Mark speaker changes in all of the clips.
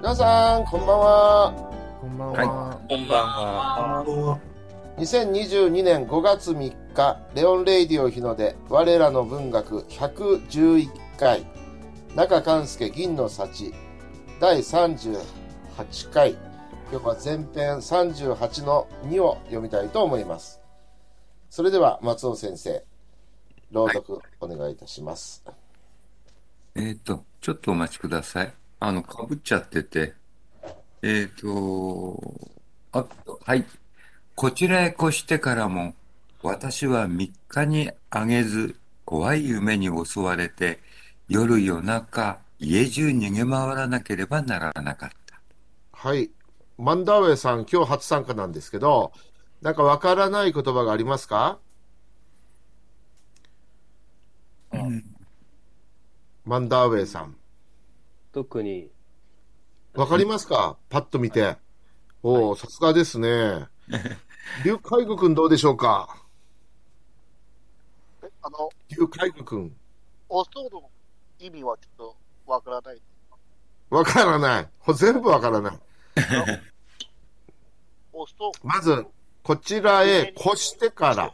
Speaker 1: 皆さん、こんばんは。
Speaker 2: こんばんは。
Speaker 3: こんばんは。
Speaker 1: 2022年5月3日、レオンレイディオ日の出、我らの文学111回、中勘介銀の幸、第38回、今日は前編38の2を読みたいと思います。それでは、松尾先生、朗読お願いいたします。
Speaker 3: えっ、と、ちょっとお待ちください。あの、かぶっちゃってて。えっ、と、あ、はい。こちらへ越してからも、私は3日にあげず、怖い夢に襲われて、夜夜中、家中逃げ回らなければならなかった。
Speaker 1: はい。マンダウェイさん、今日初参加なんですけど、なんかわからない言葉がありますかマンダウェイさん。
Speaker 4: 特に、
Speaker 1: わかりますかパッと見て。おお、さすがですね。劉海悟くんどうでしょうか
Speaker 5: えあの、
Speaker 1: 劉海悟くん。
Speaker 5: おそうの意味はちょっとわからない。
Speaker 1: わからない。ほ全部わからない。
Speaker 5: おそう。
Speaker 1: まず、こちらへ越してから。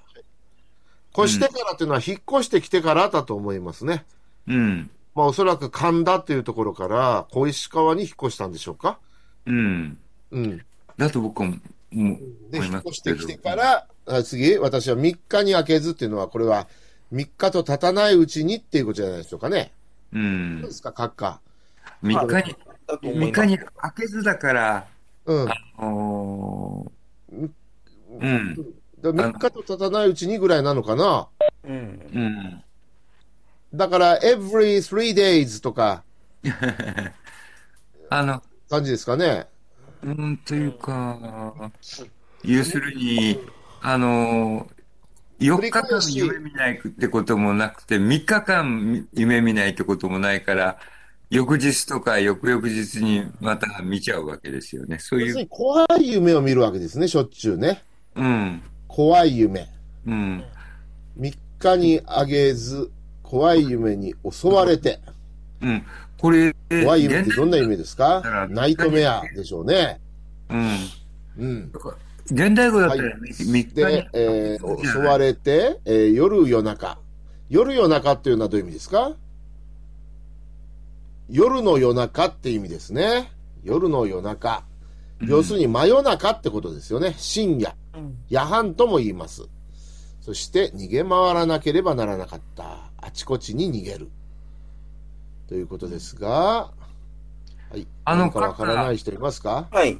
Speaker 1: 越してからっていうのは引っ越してきてからだと思いますね。
Speaker 3: うん、
Speaker 1: まあおそらく神田っていうところから小石川に引っ越したんでしょうか
Speaker 3: うん。
Speaker 1: うん。
Speaker 3: だと僕も、もう
Speaker 1: で、引
Speaker 3: 思い
Speaker 1: っ
Speaker 3: ます
Speaker 1: 越し
Speaker 3: け
Speaker 1: て
Speaker 3: ど
Speaker 1: きてから、あ次、私は3日に開けずっていうのは、これは3日と経たないうちにっていうことじゃないでしょうかね。
Speaker 3: うん
Speaker 1: どうで。すか、閣下。
Speaker 3: 3日に、
Speaker 2: だと思い
Speaker 3: 3
Speaker 2: ま
Speaker 3: 日
Speaker 2: す。
Speaker 3: に開けずだから、
Speaker 1: うん。
Speaker 3: おーうん、
Speaker 1: だから3日と経たないうちにぐらいなのかな。
Speaker 2: うん。
Speaker 3: うん。
Speaker 1: だから、every three days とか、
Speaker 3: あの、
Speaker 1: 感じですかね。
Speaker 3: うん、というか、要するに、あの、4日間夢見ないってこともなくて、3日間夢見ないってこともないから、翌日とか翌々日にまた見ちゃうわけですよね。そう
Speaker 1: 要する
Speaker 3: いう、
Speaker 1: に怖い夢を見るわけですね、しょっちゅうね。
Speaker 3: うん、
Speaker 1: 怖い夢。
Speaker 3: うん、
Speaker 1: 3日にあげず、怖い夢に襲われて。
Speaker 3: うん。これ、
Speaker 1: 怖い夢って
Speaker 3: 現
Speaker 1: どんな夢ですか
Speaker 3: ら
Speaker 1: ナイトメアでしょうね。
Speaker 3: うん。
Speaker 1: うん。
Speaker 3: 現代語だった
Speaker 1: は
Speaker 3: ら
Speaker 1: い
Speaker 3: 3日に
Speaker 1: で、えー襲われて、えー夜夜中。夜夜中っていうのはどういう意味ですか夜の夜中って意味ですね。夜の夜中。要するに真夜中ってことですよね。深夜。夜半とも言います。そして逃げ回らなければならなかった。あちこちに逃げる。ということですが、はい。
Speaker 3: あの
Speaker 1: なんかわからない人いますか
Speaker 2: はい。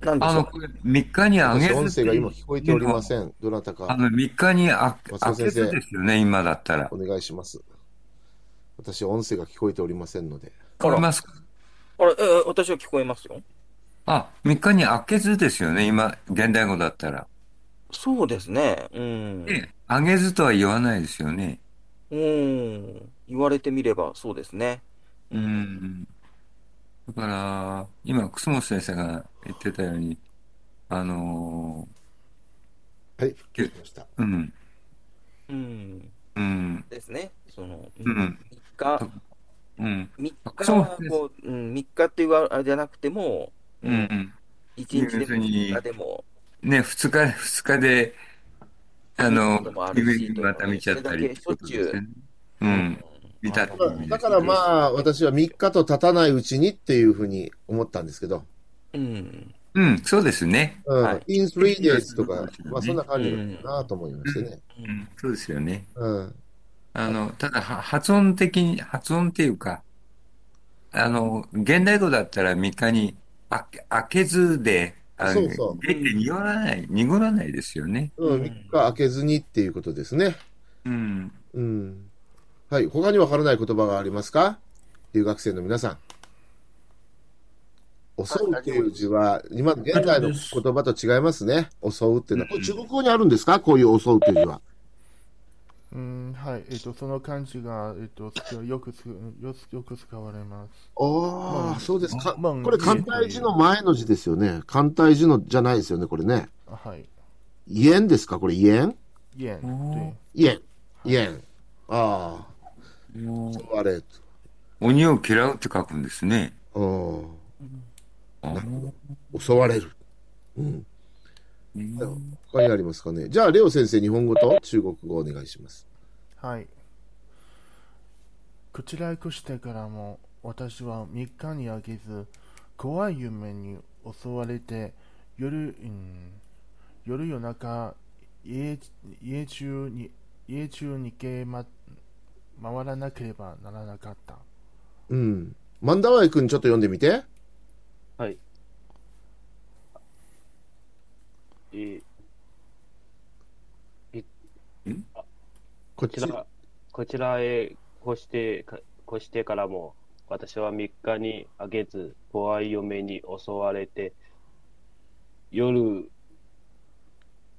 Speaker 2: なんでし
Speaker 3: あ
Speaker 2: ょ
Speaker 3: の、
Speaker 2: う。
Speaker 3: これ3日にあげ
Speaker 1: 私
Speaker 3: ず
Speaker 1: 音声が今聞こえておりま
Speaker 3: ん。
Speaker 1: せん。どなたか。
Speaker 3: あの、3日にあ
Speaker 1: 松
Speaker 3: 開
Speaker 1: 尾
Speaker 3: け
Speaker 1: 先生
Speaker 3: ずですよね、今だったら
Speaker 1: お。願いします。私、音声が聞こえておりませんので。
Speaker 3: 聞こえますか
Speaker 2: あれ、えー私は聞こえますよ。
Speaker 3: あ、3日に開けずですよね、今、現代語だったら。
Speaker 2: そうですね。うん。
Speaker 3: で、あげずとは言わないですよね。
Speaker 2: うん。言われてみればそうですね。
Speaker 3: うん。だから、今、楠本先生が言ってたように、あの
Speaker 1: はい、
Speaker 3: 聞
Speaker 1: ました。
Speaker 3: ーうん、
Speaker 2: うん。
Speaker 3: うん、
Speaker 2: ですね。その、
Speaker 3: う
Speaker 2: 3
Speaker 3: ん、
Speaker 2: 日、
Speaker 3: うん、
Speaker 2: 3日
Speaker 3: そう
Speaker 2: はこう、うん、3日っていうあれじゃなくても、
Speaker 3: う。ん。
Speaker 2: 1日で
Speaker 3: 別
Speaker 2: も
Speaker 3: に
Speaker 2: 3日でも、
Speaker 3: ね、2日、二日で、あの、夢にまた見ちゃったりってことですよね。うん、見たって意味ですね
Speaker 1: だからまあ、私は3日と経たないうちにっていうふうに思ったんですけど、
Speaker 2: うん。
Speaker 3: うん、そうですね。
Speaker 1: うん、
Speaker 2: はい
Speaker 1: in three days とか、
Speaker 3: うん
Speaker 1: まあそんな感じだなと思いましてね。
Speaker 3: うん、そうですよね。
Speaker 1: うん。
Speaker 3: あの、ただ、は発音的に、発音っていうか、あの、現代語だったら3日に、あ、開けずで、あ
Speaker 1: そうそう
Speaker 3: 出て濁らない、濁らないですよね。
Speaker 1: うん、3日開けずにっていうことですね。
Speaker 3: うん。
Speaker 1: うん。はい、他にわからない言葉がありますか留学生の皆さん。襲うっていう字は、今の現代の言葉と違いますね。襲うっていうのは。これ中国語にあるんですかこういう襲うっていう字は。
Speaker 6: うん、はい、えっと、その漢字が、えっと、つよくつよくよく使われます。
Speaker 1: ああ、そうですか。
Speaker 6: まあまあ
Speaker 1: これ、簡体字の前の字ですよね。簡体字のじゃないですよね、これね。
Speaker 6: あはい。
Speaker 1: 家縁ですかこれ、家縁
Speaker 6: 燕对，
Speaker 1: 家縁。家縁。ああ、あれ。
Speaker 3: 鬼を嫌うって書くんですね。
Speaker 1: うん。
Speaker 3: あー
Speaker 1: 襲われる。うん。
Speaker 3: うん
Speaker 1: 他にありますかね。じゃあ、レオ先生、日本語と中国語お願いします。
Speaker 6: はい。こちらへ越してからも私は3日にあげず怖い夢に襲われて夜,、うん、夜夜中家家中に家中に逃げ、ま、回らなければならなかった。
Speaker 1: うん。マンダワイ君、ちょっと読んでみて。
Speaker 4: はい。い、
Speaker 1: こっ
Speaker 4: こ
Speaker 1: ち
Speaker 4: ち。ら、こちらへ越してか、越してからも、私は3日にあげず、怖い嫁に襲われて、夜、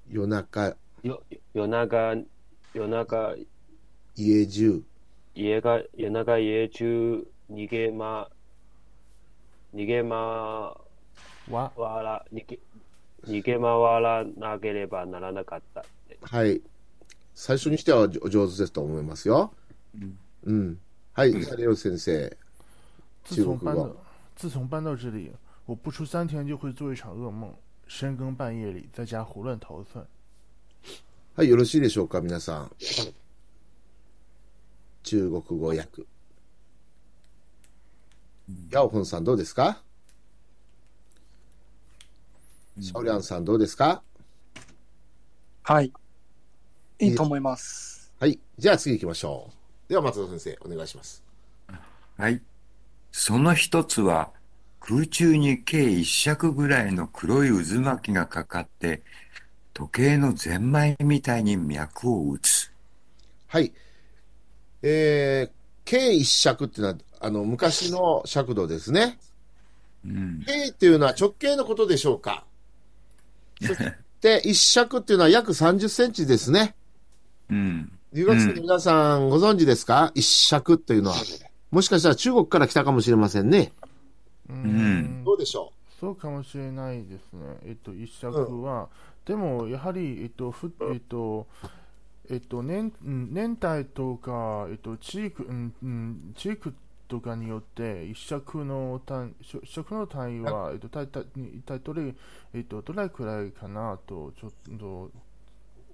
Speaker 1: 夜中、
Speaker 4: よ夜中、夜中、
Speaker 1: 家中。
Speaker 4: 家が、夜中家中、逃げま、逃げま、
Speaker 6: わ
Speaker 4: わら、逃げ、逃げ回らなければならなかった。
Speaker 1: はい。最初にしてはお上手ですと思いますよ。うん。はい。じゃあレオ先生。
Speaker 6: 自从搬
Speaker 1: 中国
Speaker 6: 到
Speaker 1: 語
Speaker 6: 自从搬到这里，我不出三天就会做一场噩梦，深更半夜里在家胡乱逃窜。
Speaker 1: はい。よろしいでしょうか、皆さん。中国語訳。ヤオホンさんどうですかシャオリャンさんどうですか
Speaker 7: はい。いいと思います。
Speaker 1: はい。じゃあ次行きましょう。では松田先生、お願いします。
Speaker 3: はい。その一つは、空中に計一尺ぐらいの黒い渦巻きがかかって、時計のゼンマイみたいに脈を打つ。
Speaker 1: はい。えー、計一尺っていうのは、あの、昔の尺度ですね。
Speaker 3: うん。
Speaker 1: 径っていうのは直径のことでしょうか。そして、一尺っていうのは約30センチですね。
Speaker 3: うん。
Speaker 1: 留学生の皆さんご存知ですか、一尺というのは。もしかしたら中国から来たかもしれませんね。
Speaker 3: ん
Speaker 1: どうでしょ
Speaker 6: そうかもしれないですね。えっと、一尺は、でも、やはり、えっと、ふえっと、えっと、年、うん年代とか、えっと、地域、うん、うん、地域とかによって、一尺の単、一尺の単位は、えっと、大体、一体どれ、えっと、どれくらいかなと、ちょっと、
Speaker 1: う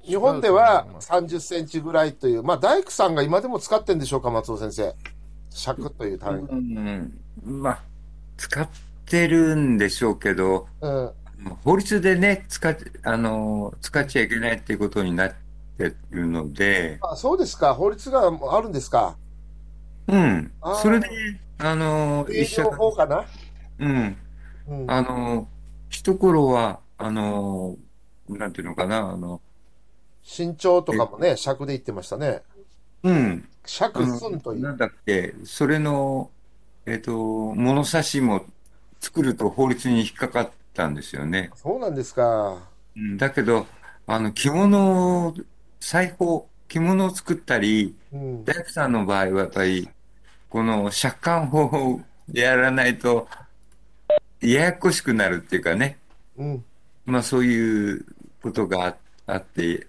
Speaker 1: 日本では30センチぐらいという、まあ大工さんが今でも使ってんでしょうか、松尾先生。尺という単位。
Speaker 3: うん。まあ、使ってるんでしょうけど、
Speaker 1: うん。
Speaker 3: 法律でね、使っ、あの、使っちゃいけないっていうことになってるので、
Speaker 1: あ、そうですか。法律があるんですか。
Speaker 3: うん。
Speaker 1: あー
Speaker 3: それで、あの、
Speaker 1: 営
Speaker 3: 一
Speaker 1: 業
Speaker 3: 尺、
Speaker 1: 法かな。
Speaker 3: うん。
Speaker 1: うん。
Speaker 3: あの、一頃は、あの、なんていうのかな、あの、
Speaker 1: 身長とかもね、尺で言ってましたね。
Speaker 3: うん、
Speaker 1: 尺寸と
Speaker 3: あの
Speaker 1: いう。
Speaker 3: なんだっけ、それの、えっと、物差しも作ると法律に引っかかったんですよね。
Speaker 1: そうなんですか。
Speaker 3: うんだけど、あの、着物を、裁縫、着物を作ったり、
Speaker 1: うん。
Speaker 3: 大工さんの場合はやっぱり、この借款法でやらないと、ややこしくなるっていうかね、
Speaker 1: うん。
Speaker 3: まあそういうことがああって、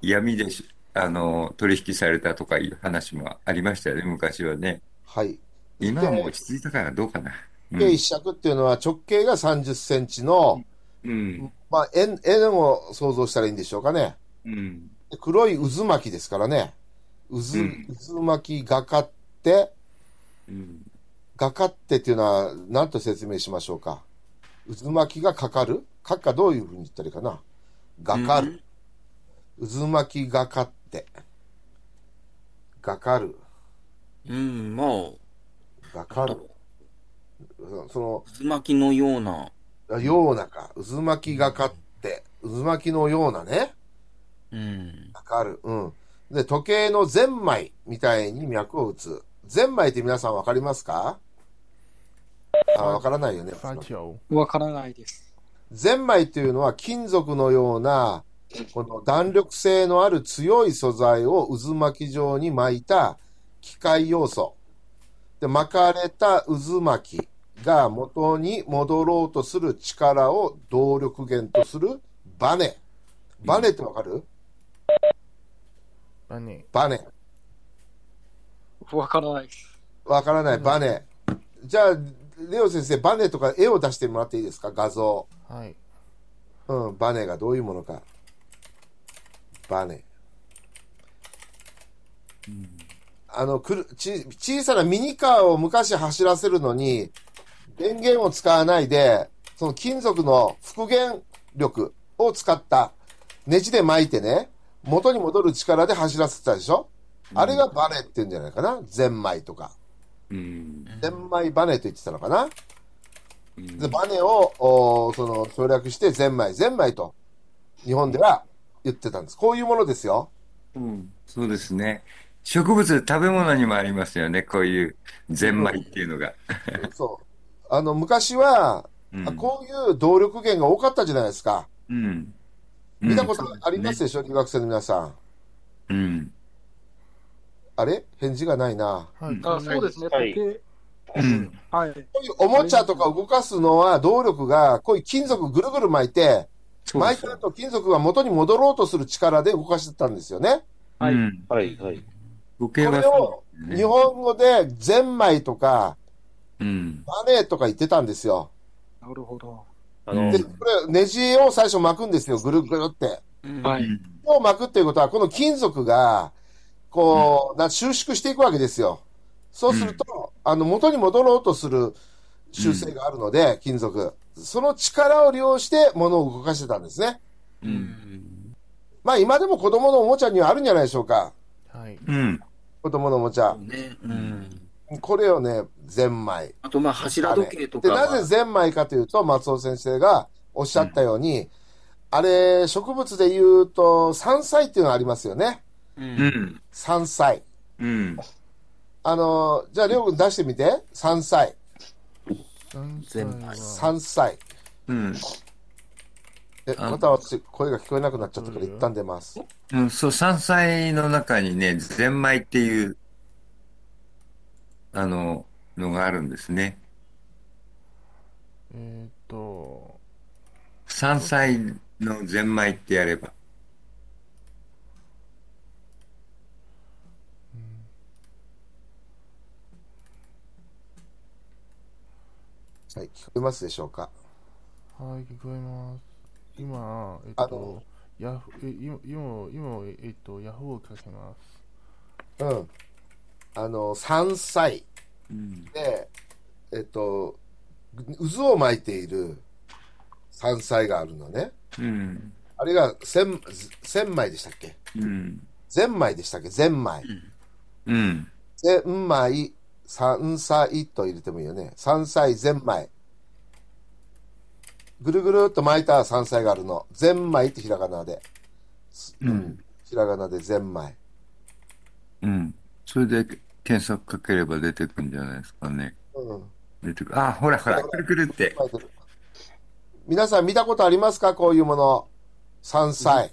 Speaker 3: 闇でし、あの、取引されたとかいう話もありましたよね、昔はね。
Speaker 1: はい。
Speaker 3: 今はもう落ち着いたからどうかな。うん
Speaker 1: 計一尺っていうのは直径が30センチの、
Speaker 3: うん。
Speaker 1: まあ、円、円を想像したらいいんでしょうかね。
Speaker 3: うん。
Speaker 1: で黒い渦巻きですからね。渦、
Speaker 3: うん
Speaker 1: 渦巻きがかって、
Speaker 3: うん。
Speaker 1: がかってっていうのは何と説明しましょうか。渦巻きがかかるかかどういうふうに言ったらいいかな。がかる。渦巻きがかって。がかる。
Speaker 2: うん、まあ、
Speaker 1: がかる。うんその、
Speaker 2: 渦巻きのような、
Speaker 1: ようなか、渦巻きがかって、渦巻きのようなね、
Speaker 2: うん。
Speaker 1: かかる。うん。で、時計のゼンマイみたいに脈を打つ。ゼンマイって皆さんわかりますかあ、わからないよね。
Speaker 6: 发条。
Speaker 7: わからないです。
Speaker 1: ゼンマイというのは金属のような、この弾力性のある強い素材を渦巻き状に巻いた機械要素。で、巻かれた渦巻きが元に戻ろうとする力を動力源とするバネ。バネってわかる
Speaker 6: 把你
Speaker 1: バネ。
Speaker 7: わからないです。
Speaker 1: わからない、バネ。じゃあ、レオ先生、バネとか絵を出してもらっていいですか画像。
Speaker 6: はい。
Speaker 1: うん、バネがどういうものか。バネ。あの、くる、ち、小さなミニカーを昔走らせるのに、電源を使わないで、その金属の復元力を使った、ネジで巻いてね、元に戻る力で走らせてたでしょ、あれがバネって言うんじゃないかなゼンマイとか。
Speaker 3: うん。
Speaker 1: ゼンマイバネと言ってたのかな、
Speaker 3: うん
Speaker 1: でバネをおーその省略してゼンマイ、ゼンマイと日本では言ってたんです。こういうものです よ。
Speaker 3: うんそうですね。植物、食べ物にもありますよね。こういうゼンマイっていうのが。
Speaker 1: そう。あの、昔は、
Speaker 3: うん
Speaker 1: あこういう動力源が多かったじゃないですか。
Speaker 3: うん。
Speaker 1: 見たことありますでしょ、留学生の皆さん。
Speaker 3: うん。
Speaker 1: あれ返事がないな。
Speaker 6: はい。
Speaker 7: あそうですね。
Speaker 4: はい
Speaker 7: 時
Speaker 3: うん。
Speaker 7: 計はい。
Speaker 1: こういうおもちゃとか動かすのは動力が、こういう金属ぐるぐる巻いて、
Speaker 3: そう
Speaker 1: 巻い
Speaker 3: そ
Speaker 1: てる
Speaker 3: う。
Speaker 1: と金属が元に戻ろうとする力で動かしてたんですよね。
Speaker 7: はい
Speaker 3: うん。
Speaker 4: はい、はい。
Speaker 3: 時計
Speaker 1: こ
Speaker 3: は
Speaker 1: れを
Speaker 3: そうね
Speaker 1: 日本語でゼンマイとか
Speaker 3: うん。
Speaker 1: バネとか言ってたんですよ。
Speaker 7: なるほど。
Speaker 4: あの
Speaker 1: で、、これネジを最初巻くんですよ、ぐるぐるって。
Speaker 7: は
Speaker 3: う
Speaker 7: い。
Speaker 3: ん
Speaker 1: を巻くっていうことは、この金属が、こう、な収縮していくわけですよ。そうすると、あの、元に戻ろうとする習性があるので、金属。その力を利用して、物を動かしてたんですね。
Speaker 3: うん。
Speaker 1: まあ、今でも子供のおもちゃにはあるんじゃないでしょうか。
Speaker 6: はい。
Speaker 3: うん。
Speaker 1: 子供のおもちゃ。
Speaker 2: ね。うん。
Speaker 1: これをね、ゼンマイ。
Speaker 2: あと、まあ、柱時計とか
Speaker 1: で、
Speaker 2: は。
Speaker 1: なぜゼンマイかというと、松尾先生がおっしゃったように、あれ、植物で言うと、山菜っていうのがありますよね。
Speaker 3: うん。
Speaker 1: 山菜。
Speaker 3: うん。
Speaker 1: あのーじゃあ、りょうくん出してみて。山菜。
Speaker 6: 三歳
Speaker 2: 全部
Speaker 6: は
Speaker 1: 山菜。
Speaker 3: うん。
Speaker 1: え、
Speaker 3: あ
Speaker 1: また私、声が聞こえなくなっちゃったから一旦出ます。
Speaker 3: うん、そう、山菜の中にね、ゼンマイっていう、あの、のがあるんですね。
Speaker 6: えーっと、
Speaker 3: 山菜のゼンマイってやれば。
Speaker 1: はい、聞こえますでしょうか。
Speaker 6: はい、聞こえます。今、えっ
Speaker 1: あ
Speaker 6: と
Speaker 1: の、
Speaker 6: ヤフえ今、今、今えっと、ヤフーをかけます。
Speaker 1: うん。あのー、山菜
Speaker 3: うん。
Speaker 1: で、えっと、渦を巻いている山菜があるのね。
Speaker 3: うん。
Speaker 1: あれが、千、千枚でしたっけ
Speaker 3: うん。
Speaker 1: ゼンマイでしたっけゼンマイ。
Speaker 3: うん。
Speaker 1: ゼンマイ、山菜と入れてもいいよね。山菜、ゼンマイ。ぐるぐるっと巻いた山菜があるの。ゼンマイってひらがなで。
Speaker 3: うん。
Speaker 1: ひらがなでゼンマイ。
Speaker 3: うん。それで検索かければ出てくるんじゃないですかね。
Speaker 1: うん。
Speaker 3: 出てくる。あ、ほらほら、くるくるって。
Speaker 1: 書いてる皆さん見たことありますかこういうもの。山菜。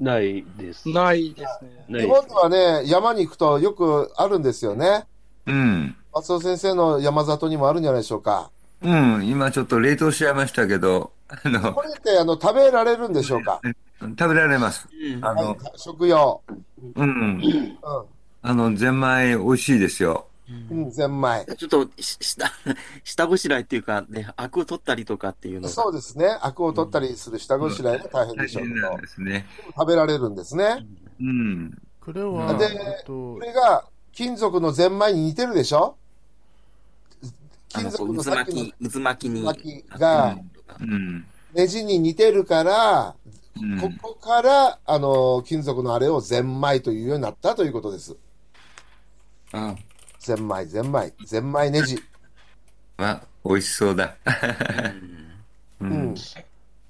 Speaker 4: ないです。な
Speaker 7: ないですね。
Speaker 4: い
Speaker 1: 日本ではね、山に行くとよくあるんですよね。
Speaker 3: うん。
Speaker 1: 松尾先生の山里にもあるんじゃないでしょうか。
Speaker 3: うん。今ちょっと冷凍しちゃいましたけど、あの
Speaker 1: こ、れってあの食べられるんでしょうか
Speaker 3: 食べられます。あ
Speaker 1: はい
Speaker 3: の、
Speaker 1: 食用。
Speaker 3: うん。
Speaker 1: う
Speaker 3: あの、ゼンマイ美味しいですよ。
Speaker 1: ん。うん、ゼンマイ。
Speaker 2: ちょっと、し 下、下ごしらえっていうか、ね、アクを取ったりとかっていうのが。
Speaker 1: そうですね。アクを取ったりする下ごしらえが大変
Speaker 3: 大
Speaker 1: でしょうけ
Speaker 3: 変
Speaker 1: ど、
Speaker 3: なんですね。
Speaker 1: 食べられるんですね。
Speaker 3: うん。
Speaker 6: これは、
Speaker 1: で
Speaker 6: えっと
Speaker 1: こ、れが金属のゼンマイに似てるでしょ
Speaker 2: あ
Speaker 1: 金
Speaker 2: の、こ
Speaker 1: 属
Speaker 2: う
Speaker 1: の
Speaker 2: 渦
Speaker 1: さっ
Speaker 2: 巻
Speaker 1: きの
Speaker 2: き、渦巻きに。
Speaker 1: 渦巻きが
Speaker 3: うん。
Speaker 1: ネジに似てるから、
Speaker 3: うん
Speaker 1: ここから、あの、金属のあれをゼンマイというようになったということです。
Speaker 3: あ、
Speaker 1: ゼンマイ、ゼンマイ、ゼンマイネジ。
Speaker 3: あ、美味しそうだ。う
Speaker 1: うんん。。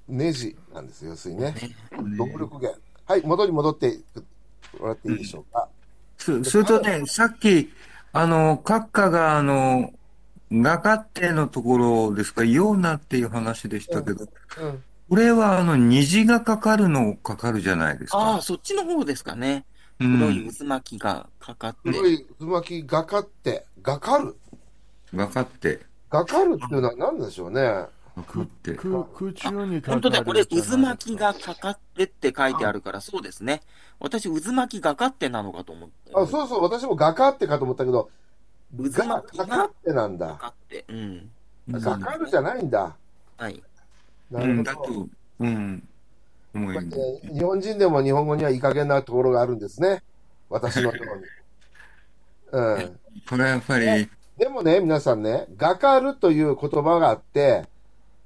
Speaker 1: ネジなんですよ、要するにね。動力源。はい、元に戻ってもらっていいでしょうか。
Speaker 3: そ、それとね、さっき、あの、閣下が、あの、画家ってのところですか、ようなっていう話でしたけど、
Speaker 1: うん。
Speaker 3: これは、あの、虹がかかるのかかるじゃないです
Speaker 2: あ
Speaker 3: か。
Speaker 2: あ、そっちの方ですかね。
Speaker 3: う
Speaker 2: 黒い
Speaker 3: ん。
Speaker 2: 渦巻きがかかって。
Speaker 1: 黒い渦巻きがかって、がかる
Speaker 3: がかって、
Speaker 1: がかるっていうのは何でしょうね。
Speaker 3: がかって。
Speaker 6: 空、空中にか
Speaker 2: 本
Speaker 6: か
Speaker 2: 当
Speaker 6: る
Speaker 2: だ、これ
Speaker 6: じゃないで
Speaker 2: 渦
Speaker 6: すか
Speaker 2: 巻きがかかってって書いてあるから、そうですね。私、渦巻きがかってなのかと思って。
Speaker 1: あ、そうそう、私もがかってかと思ったけど、
Speaker 2: 渦巻き
Speaker 1: がか
Speaker 2: が
Speaker 1: ってなん
Speaker 2: か
Speaker 1: だ。
Speaker 2: かって。うん。
Speaker 3: うん
Speaker 1: かかるじゃないんだ。
Speaker 2: はい。
Speaker 1: な
Speaker 3: うん、
Speaker 1: る
Speaker 3: だ
Speaker 1: ほど。
Speaker 3: と、うん、思います。
Speaker 1: えー日本人でも日本語にはいい加減なところがあるんですね。私のよ うに。うん。
Speaker 3: これはやっぱり、
Speaker 1: でもね、皆さんね、がかるという言葉があって、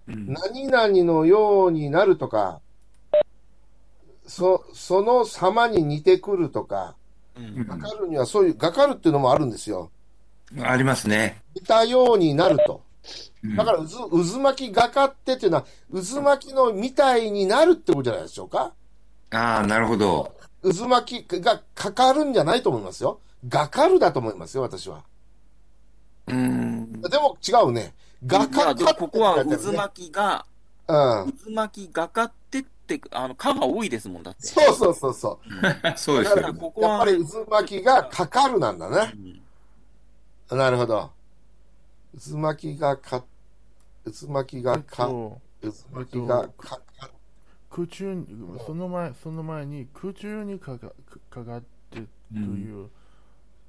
Speaker 3: うん、
Speaker 1: 何々のようになるとか、そその様に似てくるとか、
Speaker 2: うん。
Speaker 1: がかるにはそういう、がかるっていうのもあるんですよ。
Speaker 3: ありますね。
Speaker 1: 似たようになると。
Speaker 3: うん
Speaker 1: だから渦、渦巻きがかってっていうのは、渦巻きのみたいになるってことじゃないでしょうか。
Speaker 3: ああ、なるほど。
Speaker 1: 渦巻きがかかるんじゃないと思いますよ。がかるだと思いますよ、私は。
Speaker 3: うん、
Speaker 1: でも違うね。が
Speaker 2: ま
Speaker 1: か
Speaker 2: あで
Speaker 1: か
Speaker 2: も
Speaker 1: って
Speaker 2: こ
Speaker 1: って書
Speaker 2: こ
Speaker 1: いてあ
Speaker 2: は
Speaker 1: るね
Speaker 2: 渦巻きが、
Speaker 1: うん。
Speaker 2: 渦巻きがかってって、あの、かが多いですもん、だって。
Speaker 1: そうそうそうそ
Speaker 3: そう
Speaker 1: う。
Speaker 3: で
Speaker 1: だ
Speaker 3: す
Speaker 1: か
Speaker 3: よ
Speaker 1: ら、
Speaker 3: ね。
Speaker 2: ここは
Speaker 1: やっぱり渦巻きがかかるなんだね
Speaker 2: う。ん。
Speaker 1: なるほど。渦巻きがか、渦巻きがか、渦
Speaker 6: と
Speaker 1: 巻きがかかる。
Speaker 6: 空中にその前その前に空中にかがかかってという、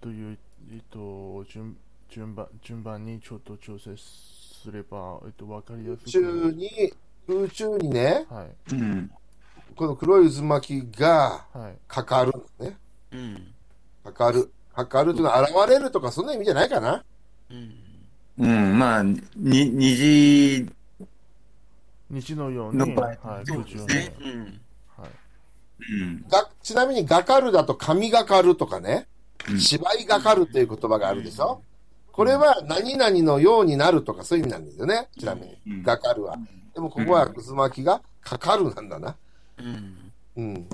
Speaker 6: というえっと順順番順番にちょっと調整すればえっとわかりや
Speaker 1: 宇
Speaker 6: す
Speaker 1: 宙
Speaker 6: く
Speaker 1: に、空中にね、
Speaker 6: はい
Speaker 3: うん、
Speaker 1: この黒い渦巻きが
Speaker 6: はい
Speaker 1: かかるんだね。
Speaker 2: うん。
Speaker 1: かかる。かかるというのは現れるとか、そんな意味じゃないかな。
Speaker 2: うん。
Speaker 3: うん、まあ、に、虹、
Speaker 6: 日のように
Speaker 3: の場合
Speaker 6: はい
Speaker 3: そ
Speaker 6: 空
Speaker 3: うで
Speaker 6: 中
Speaker 3: す
Speaker 6: に
Speaker 3: ね
Speaker 2: うん。
Speaker 6: はい
Speaker 3: うん、
Speaker 1: がちなみに、がかるだと、神がかるとかね
Speaker 3: う、ん
Speaker 1: 芝居がかるという言葉があるでしょ。これは、何々のようになるとか、そういう意味なんですよね。ちなみ
Speaker 3: う
Speaker 1: に、
Speaker 3: ん
Speaker 1: がかるは。でも、ここは渦巻きがかかるなんだな。
Speaker 2: うん。
Speaker 1: うん。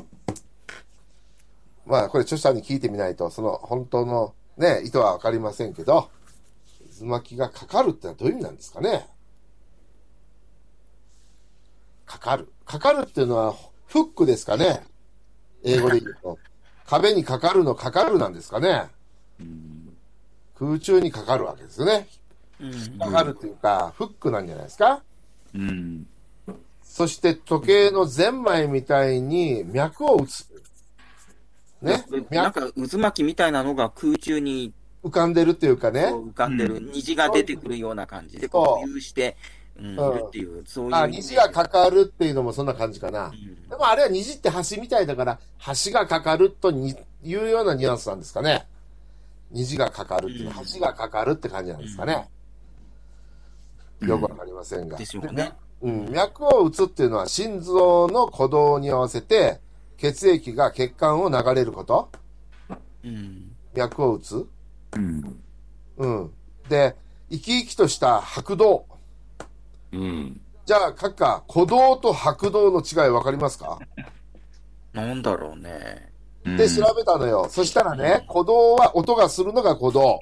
Speaker 1: まあ、これ、著者に聞いてみないと、その、本当の、ね、意図はわかりませんけど、渦巻きがかかるってのはどういう意味なんですかね。かかる。かかるっていうのは、フックですかね。英語で言うと。壁にかかるのかかるなんですかね。
Speaker 3: うん
Speaker 1: 空中にかかるわけですよね。
Speaker 2: うん。
Speaker 1: かかるというか、フックなんじゃないですか。
Speaker 3: うん、
Speaker 1: そして時計のゼンマイみたいに脈を打つ。ね。
Speaker 2: なん
Speaker 1: 脈
Speaker 2: か渦巻きみたいなのが空中に
Speaker 1: 浮かんでるっていうかね。
Speaker 2: 浮かんでる、
Speaker 3: う
Speaker 2: 虹が出てくるような感じで、こう浮遊して、うん、いるっていう、そういう。
Speaker 1: あ、虹がかかるっていうのもそんな感じかな
Speaker 2: う。ん
Speaker 1: でもあれは虹って橋みたいだから、橋がかかるとにいうようなニュアンスなんですかね。虹がかかるっていうのは、橋がかかるって感じなんですかね。
Speaker 3: うん
Speaker 1: よくわかりませんが。
Speaker 2: でしょうね。
Speaker 1: うん、脈を打つっていうのは心臓の鼓動に合わせて血液が血管を流れること
Speaker 2: うん。
Speaker 1: 脈を打つ
Speaker 3: うん、
Speaker 1: うん。で、生き生きとした拍動。
Speaker 3: うん。
Speaker 1: じゃあ、閣下、鼓動と拍動の違い分かりますか
Speaker 2: なんだろうね。
Speaker 3: うん
Speaker 1: で、調べたのよ。そしたらね、鼓動は音がするのが鼓動。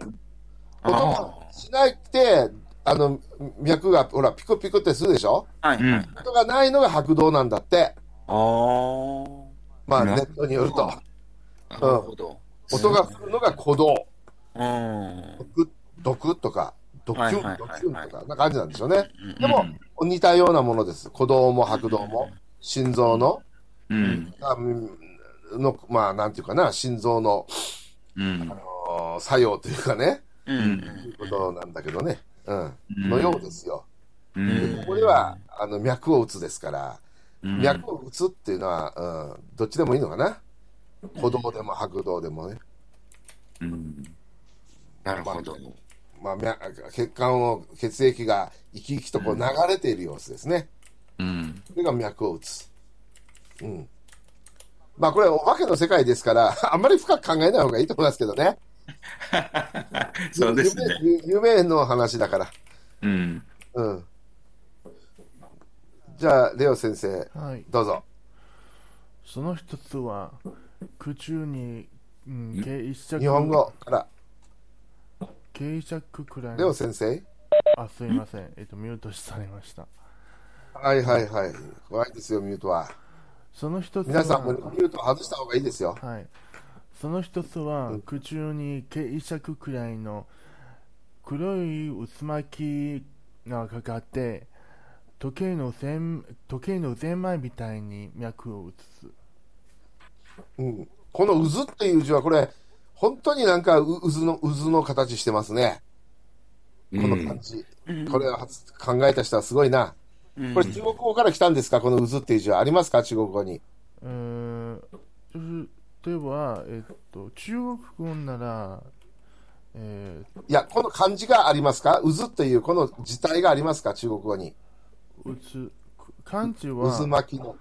Speaker 2: あ
Speaker 1: 音がしなくて、あの、脈が、ほら、ピクピクってするでしょ
Speaker 2: あ。はいはいはい。
Speaker 1: 音がないのが拍動なんだって。
Speaker 2: あー
Speaker 1: まあ、
Speaker 3: な
Speaker 1: ネットによると。
Speaker 2: なるほど。
Speaker 1: 音がするのが鼓動。
Speaker 2: うん。
Speaker 1: ドク、ドクとか、ドキ
Speaker 2: はいは
Speaker 1: ュン、
Speaker 2: い
Speaker 1: ド
Speaker 2: はいはい
Speaker 1: キュンとか、な感じなんでしょうね。
Speaker 2: うん
Speaker 1: でも、似たようなものです。鼓動も拍動も、心臓の、
Speaker 3: うん、
Speaker 1: あうんの、まあ、なんていうかな、心臓の
Speaker 3: うん、
Speaker 1: お作用というかね、
Speaker 2: うん
Speaker 1: ということなんだけどね、うん、
Speaker 3: うん
Speaker 1: のようですよ。
Speaker 3: うん、
Speaker 1: ここでは、あの、脈を打つですから、
Speaker 3: うん
Speaker 1: 脈を打つっていうのは、うん、どっちでもいいのかな。鼓動でも拍動でもね、
Speaker 3: うん。なるほど。
Speaker 1: まあ、脈血管を、血液が生き生きとこう流れている様子ですね。
Speaker 3: うん、
Speaker 1: それが脈を打つ。うん。まあ、これ、お化けの世界ですから、あんまり深く考えない方がいいと思いますけどね。
Speaker 3: そうですね。
Speaker 1: 夢夢の話だから。
Speaker 3: うん。
Speaker 1: うん。じゃあ、レオ先生、
Speaker 6: はい
Speaker 1: どうぞ。
Speaker 6: その一つは空中に、うん、計一尺
Speaker 1: 日本語から、
Speaker 6: 計一尺くらい
Speaker 1: レオ
Speaker 6: の
Speaker 1: 先生。
Speaker 6: あすいませんえっとミュートされました
Speaker 1: はいはいはい。怖いですよ、ミュートは。
Speaker 6: その一つは
Speaker 1: 皆さんもミュート外した方がいいですよ。
Speaker 6: はい、その一つは、空中に軽一尺くらいの黒い渦巻きがかかって時計のゼン時計のゼンマイみたいに脈を打つ
Speaker 1: うん。この渦っていう字は、これ、本当になんかう渦の、渦の形してますね。この感じ。
Speaker 2: うん
Speaker 1: これは初考えた人はすごいな。
Speaker 2: うん
Speaker 1: これ中国語から来たんですかこの渦っていう字はありますか中国語に。
Speaker 6: えーうでは、えっと、哎中国呃語なら、えー
Speaker 1: いや、この漢字がありますか渦っていうこの字体がありますか中国語に。
Speaker 6: 渦漢字は
Speaker 1: 渦巻きの。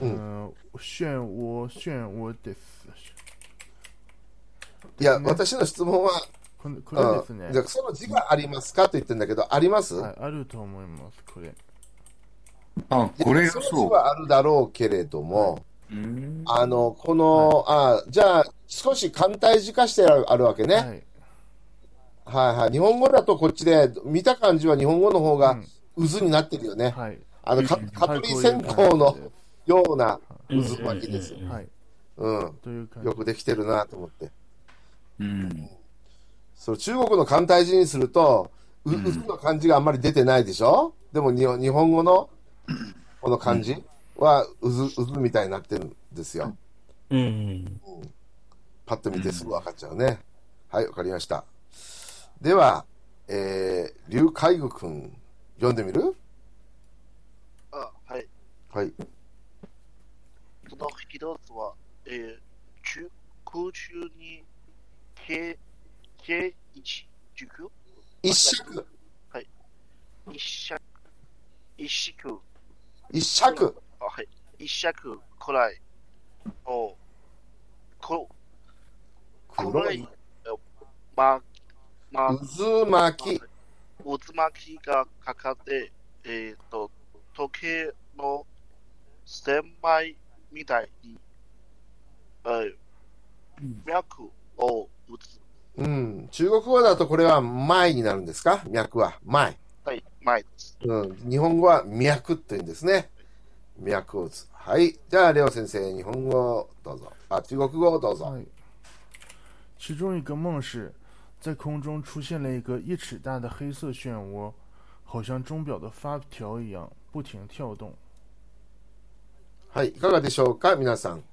Speaker 6: うん漩涡漩涡です
Speaker 1: いや、
Speaker 6: ね
Speaker 1: 私の質問は、
Speaker 6: これこれです
Speaker 1: う
Speaker 6: ね
Speaker 1: ん、じゃあその字がありますかと言ってんだけど、あります、
Speaker 6: はい、あると思いますこれ
Speaker 3: あ、これが
Speaker 1: その字
Speaker 3: そう。
Speaker 1: はあるだろうけれども、
Speaker 3: うん
Speaker 1: あの、この、あじゃあ、少し簡体字化してあるあるわけね。
Speaker 6: はい
Speaker 1: はいはい。日本語だとこっちで、見た感じは日本語の方が渦になってるよね。
Speaker 6: はい
Speaker 1: あの、か
Speaker 6: は
Speaker 1: 蚊
Speaker 6: い
Speaker 1: 取り
Speaker 6: こういう
Speaker 1: 線香の
Speaker 6: 感
Speaker 1: ような渦巻きです。
Speaker 6: じではい
Speaker 1: うん。
Speaker 6: という感じ
Speaker 1: よくできてるなと思って。
Speaker 3: うん。
Speaker 1: そう、中国の簡体字にすると、う、渦の漢字があんまり出てないでしょでも日本、日本語の、この漢字は、渦、渦みたいになってるんですよ。
Speaker 2: うん。
Speaker 1: パッと見てすぐ分かっちゃうね。はい、わかりました。では、えー、劉海愚くん、読んでみる
Speaker 5: あはい。
Speaker 1: はい。
Speaker 5: その一つは、えー、中空中に、計、計一、熟
Speaker 1: 一尺、
Speaker 5: 一尺、一尺、
Speaker 1: 一尺、
Speaker 5: あはい、一尺くらいの、こ
Speaker 1: 黒
Speaker 5: 黒
Speaker 1: い
Speaker 5: い、ま、ま、
Speaker 1: 渦巻き、
Speaker 5: 渦巻きがかかって、えっ、と、時計の千枚みたいに、えー、脈を打つ。
Speaker 1: うん、中国語だとこれは前になるんですか脈は前。
Speaker 5: はい、前です。
Speaker 1: うん、日本語は脈って言うんですね。脈を打つ。はい。じゃあ、レオ先生、日本語をどうぞ。あ、中国語をどうぞ。
Speaker 6: はい哎其中一个梦是，在空中出现了一个一尺大的黑色漩涡，好像钟表的发条一样，不停跳动。
Speaker 1: はい。いかがでしょうか皆さん。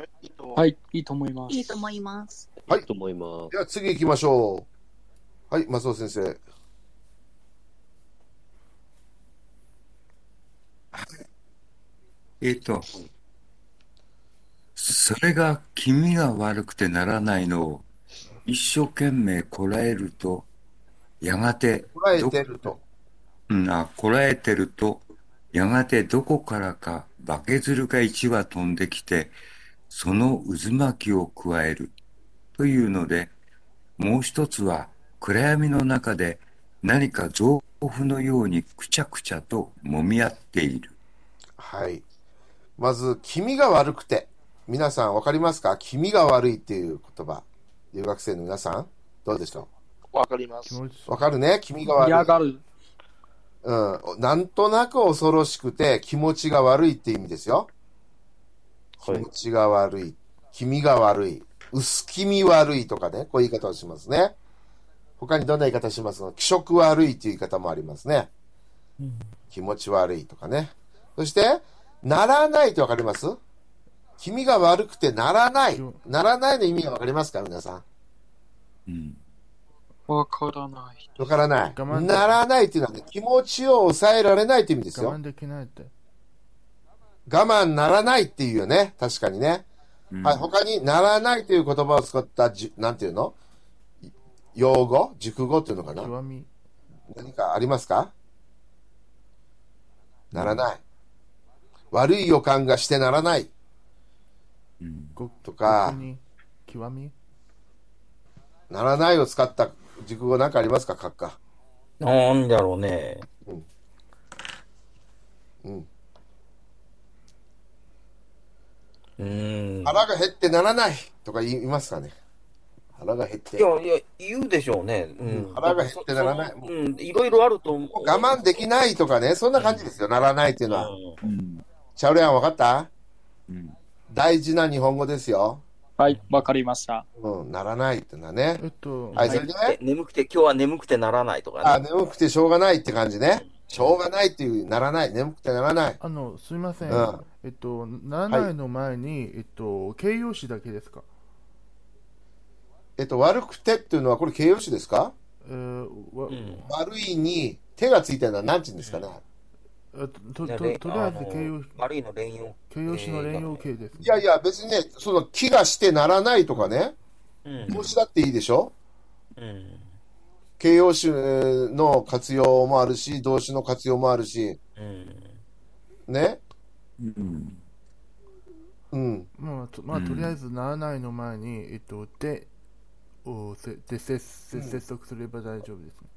Speaker 5: えっと
Speaker 7: はい、いいと思います。
Speaker 8: いいと思います。
Speaker 1: はい
Speaker 4: と思いま
Speaker 1: では、次行きましょう。はい。松尾先生。
Speaker 3: えっと、それが気味が悪くてならないのを一生懸命こらえると、やがて、
Speaker 1: こらえてると。
Speaker 3: うん、あ、こらえてると、やがてどこからかバケツルが一羽飛んできて、その渦巻きを加える。というので、もう一つは暗闇の中で何か臓腑のようにくちゃくちゃと揉み合っている。
Speaker 1: はい。まず、気味が悪くて。皆さん、わかりますか気味が悪いっていう言葉。留学生の皆さん、どうでしょ
Speaker 5: わかります
Speaker 6: 気。持ち
Speaker 1: うわかるね気味が悪い。
Speaker 7: 嫌がる。
Speaker 1: うん、なんとなく恐ろしくて気持ちが悪いって意味ですよ。気
Speaker 4: はい
Speaker 1: 持ちが悪い、気味が悪い、薄気味悪いとかね、こういう言い方をしますね。他にどんな言い方しますの気色悪いっていう言い方もありますね。気持ち悪いとかね。そして、ならないってわかります気味が悪くてならない。ならないの意味がわかりますか皆さん。
Speaker 3: うん。
Speaker 7: わからない。
Speaker 1: わからな
Speaker 6: 我慢
Speaker 1: い。ならないっていうのはね、気持ちを抑えられないって意味ですよ
Speaker 6: 我。慢できないって。
Speaker 1: 我慢ならないっていうよね。確かにね。はい。他にならないという言葉を使ったじゅ、なんていうのい用語熟語っていうのかな
Speaker 6: 極み。
Speaker 1: 何かありますかならない。悪い予感がしてならない。
Speaker 6: ご
Speaker 1: とか
Speaker 6: 極に極み。
Speaker 1: ならないを使った熟語なんかありますか書くか。
Speaker 2: なんだろうね。
Speaker 1: うん。
Speaker 2: うん。い
Speaker 1: 腹が減ってならないとか言いますかね腹が減って。
Speaker 2: や、いや、言うでしょうね。うん。
Speaker 1: 腹が減ってならない
Speaker 2: うん、いろいろあると思う。
Speaker 1: 我慢できないとかね、そんな感じですよ。ならないっていうのは。
Speaker 2: う
Speaker 3: うんん。
Speaker 1: チャウレアンわかった
Speaker 3: うん。
Speaker 1: 大事な日本語ですよ。
Speaker 7: はい、わかりました。
Speaker 1: うん、ならないってのはね。
Speaker 6: えっと、
Speaker 1: はい、それでね、
Speaker 2: 眠くて、今日は眠くてならないとか
Speaker 1: あ、
Speaker 2: ね。
Speaker 1: 眠くてしょうがないって感じね。しょうがないっていう、ならない、眠くてならない。
Speaker 6: あのすいません、
Speaker 1: うん
Speaker 6: えっと、ならないの前に、えっと、形容詞だけですか
Speaker 1: えっと、悪くてっていうのは、これ形容詞ですか
Speaker 6: えー、わ
Speaker 2: うん。
Speaker 1: 悪いに手がついてるのは何て言うんですかね、
Speaker 6: えっとと
Speaker 2: じ
Speaker 6: と
Speaker 2: ゃ
Speaker 6: とりあえず
Speaker 2: の
Speaker 6: 形容
Speaker 2: 悪いの連用。
Speaker 6: 形容詞の連用形ですね。
Speaker 1: いやいや、別にね、その、気がしてならないとかね、
Speaker 2: うん。
Speaker 1: 動詞だっていいでしょ
Speaker 2: うん。
Speaker 1: 形容詞の活用もあるし、動詞の活用もあるし、
Speaker 2: うん。
Speaker 1: ね。
Speaker 3: うん。
Speaker 1: うん。
Speaker 6: まあ、とまあ、
Speaker 3: うん
Speaker 6: とりあえずならないの前に、えっと、で、おせでせせ接続すれば大丈夫ですね。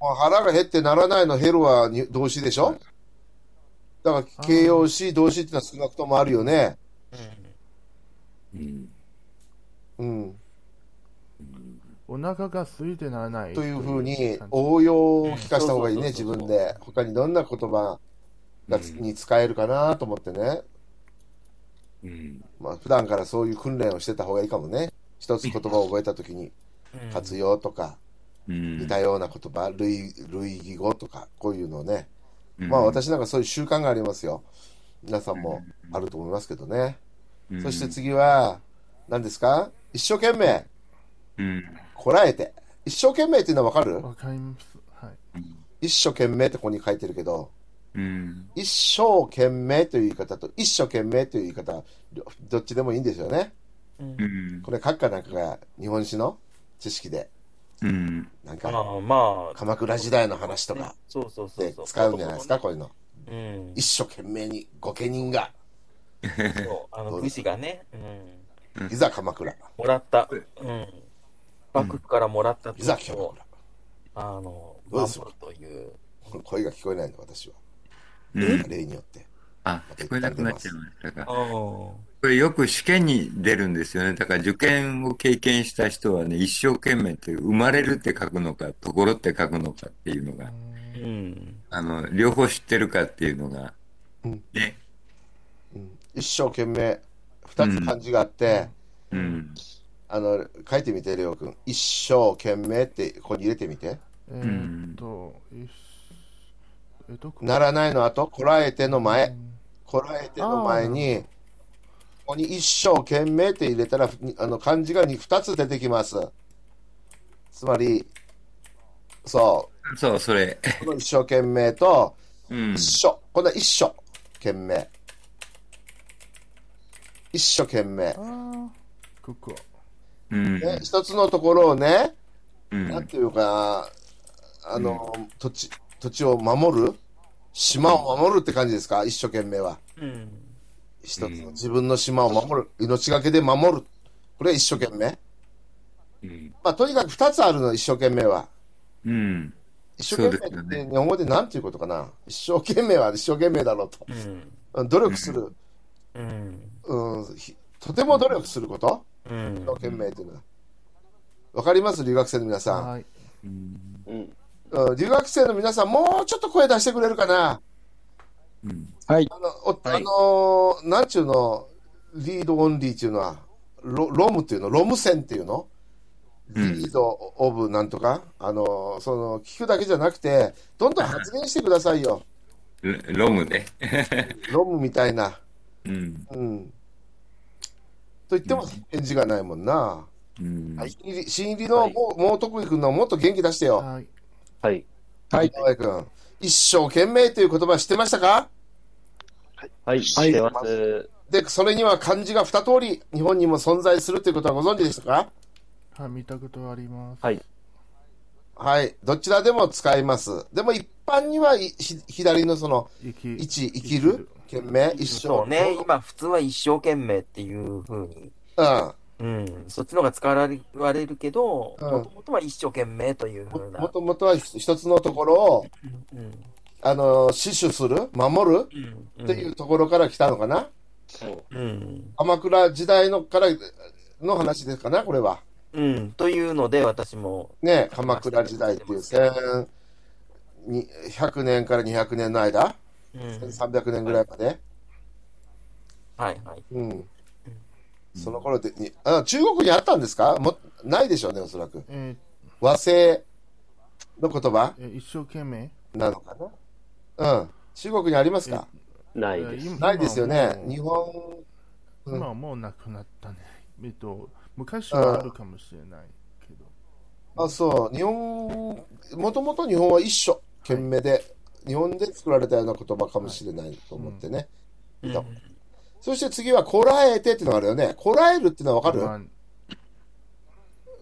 Speaker 1: まあ腹が減ってならないのヘロはに動詞でしょだから形容詞、動詞ってのは少なくともあるよね。
Speaker 3: うん。
Speaker 1: うん。
Speaker 6: お腹が空いてならない
Speaker 1: というふうに
Speaker 6: 感じ
Speaker 1: 応用を聞かした方がいいね、
Speaker 2: うんそ
Speaker 1: 自
Speaker 2: うそうそうそう
Speaker 1: 分で。他にどんな言葉がつに使えるかなと思ってね。
Speaker 3: うん。
Speaker 1: まあ普段からそういう訓練をしてた方がいいかもね。一つ言葉を覚えたときに活用とか、
Speaker 3: うん
Speaker 1: 似たような言葉、類類義語とか、こういうのをね。
Speaker 3: うん
Speaker 1: まあ私なんかそういう習慣がありますよ。皆さんもあると思いますけどね。そして次は、何ですか一生懸命、
Speaker 3: うん。
Speaker 1: こらえて。一生懸命っていうのはわかる
Speaker 6: わかります。はい。
Speaker 1: 一生懸命ってここに書いてるけど、
Speaker 3: うん。
Speaker 1: 一生懸命という言い方と一生懸命という言い方、両どっちでもいいんですよね。
Speaker 3: うん。
Speaker 1: これ、閣下なんかが日本史の知識で、
Speaker 3: うん。
Speaker 1: なん
Speaker 2: あ
Speaker 1: か、
Speaker 2: あ、まあ。
Speaker 1: 鎌倉時代の話とか
Speaker 2: そうそうそう
Speaker 1: で
Speaker 2: そう。
Speaker 1: 使うんじゃないですか、こういうの。
Speaker 2: うん。
Speaker 1: 一生懸命に御家人が、
Speaker 2: そうあの
Speaker 1: そう
Speaker 2: 武
Speaker 1: です
Speaker 2: 士がね、うん、
Speaker 1: いざ鎌倉、
Speaker 2: もらった、うん、幕府からもらった
Speaker 1: いざ
Speaker 2: 土地
Speaker 1: 鎌
Speaker 2: を、
Speaker 1: 倉。
Speaker 2: あの
Speaker 1: どう
Speaker 2: 守
Speaker 1: する
Speaker 2: るという、
Speaker 1: 声が聞こえないの、私は。
Speaker 3: うん。
Speaker 1: 例によって。
Speaker 3: あ、聞こえなくなっちゃいましたか。
Speaker 2: うん
Speaker 3: これよく試験に出るんですよね。だから受験を経験した人はね、一生懸命って生まれるって書くのか、ところって書くのかっていうのが、
Speaker 2: うん、
Speaker 3: あの、両方知ってるかっていうのが
Speaker 1: うん、
Speaker 3: ね、
Speaker 1: うん一生懸命、二つ漢字があって、
Speaker 3: うん、
Speaker 1: あの、書いてみて、レオ君。一生懸命って、ここに入れてみて。
Speaker 6: えーっと、いっえっと、こ
Speaker 1: ならないの後、こらえての前。こらえての前に、ここに一生懸命って入れたら、にあの、漢字がに二つ出てきます。つまり、そ
Speaker 3: そう、それ、
Speaker 1: う、この一生懸命と、
Speaker 3: うん、
Speaker 1: 一生、この一生懸命。一生懸命。
Speaker 6: あーここ。
Speaker 3: うん、
Speaker 1: ね、一つのところをね、
Speaker 3: う
Speaker 1: なん
Speaker 3: ん、
Speaker 1: ていうか、あの、土地、土地を守る島を守るって感じですか一生懸命は。
Speaker 2: うん、
Speaker 1: 一つの自分の島を守る。命がけで守る。これは一生懸命。
Speaker 3: うん、
Speaker 1: まあ、とにかく二つあるの、一生懸命は。
Speaker 3: うん、
Speaker 1: 一生
Speaker 3: そうです
Speaker 1: 懸命
Speaker 3: よ
Speaker 1: って
Speaker 3: ね
Speaker 1: 日本語で何ていうことかな。一生懸命は一生懸命だろうと
Speaker 2: う。ん、
Speaker 1: うん努力する。
Speaker 2: うん、
Speaker 1: うん、ひとても努力すること。
Speaker 2: うん
Speaker 1: 一生、懸命というのは。わかります留学生の皆さん。
Speaker 6: はい。
Speaker 4: うん。
Speaker 1: うん留学生の皆さん、もうちょっと声出してくれるかな。
Speaker 3: うん
Speaker 7: はい
Speaker 1: あの、お
Speaker 7: はい
Speaker 1: あのーなんちゅうの、リードオンリーっていうのは、ロロムっていうの、ロム線っていうの、
Speaker 3: うん
Speaker 1: リードオブなんとか、あのーその、聞くだけじゃなくて、どんどん発言してくださいよ。
Speaker 3: ロロムね。
Speaker 1: ロムみたいな。
Speaker 3: うん、
Speaker 1: うん。と言っても返事がないもんな。
Speaker 3: う
Speaker 1: 新
Speaker 3: ん、
Speaker 1: 入り新入りの、もうもう得意くんのもっと元気出してよ。
Speaker 6: はい。
Speaker 4: はい。
Speaker 7: はい。
Speaker 1: 河合くん。一生懸命という言葉知ってましたか
Speaker 4: はい。してます。
Speaker 1: で、それには漢字が二通り日本にも存在するということはご存知でしたか
Speaker 6: はい、見たことあります。
Speaker 4: はい。
Speaker 1: はい。どちらでも使います。でも一般にはいひ左のその、
Speaker 6: 生き
Speaker 1: 一、生きる、懸命、一生。
Speaker 2: そうね、今、普通は一生懸命っていうふうに、
Speaker 1: うん。
Speaker 2: うん、そっちの方が使われわれるけど、
Speaker 1: うん
Speaker 2: もともとは一生懸命というふ
Speaker 1: も
Speaker 2: うな、
Speaker 1: ともとは一つのところを、
Speaker 2: うん、
Speaker 1: あの、死守する、守る
Speaker 2: うん、うん
Speaker 1: っていうところから来たのかな。
Speaker 2: うん、
Speaker 1: 鎌倉時代のからの話ですかな、これは。
Speaker 2: うん、というので、私も、
Speaker 1: ね、鎌倉時代っていう千、に100年から200年の間、
Speaker 2: うん、
Speaker 1: 1300年ぐらいまで。
Speaker 2: はいはい。
Speaker 1: うん。その頃でにあ、中国にあったんですかもないでしょうね、おそらく。
Speaker 6: えー
Speaker 1: 和製の言葉
Speaker 6: えー一生懸命。
Speaker 1: なのかなうん。中国にありますか
Speaker 4: ない
Speaker 6: え
Speaker 4: で
Speaker 6: ー
Speaker 4: す。
Speaker 6: 今
Speaker 1: ないですよね。日
Speaker 6: 今はも
Speaker 1: 本、
Speaker 6: う今はもうなくなったね。えっと、昔はあるかもしれないけど。
Speaker 1: あ、そう。日本、もともと日本は一緒。懸命で、日本で作られたような言葉かもしれないと思ってね。見たことそして次は、こらえてっていうのがあるよね。こらえるっていうのはわかる、
Speaker 6: まあ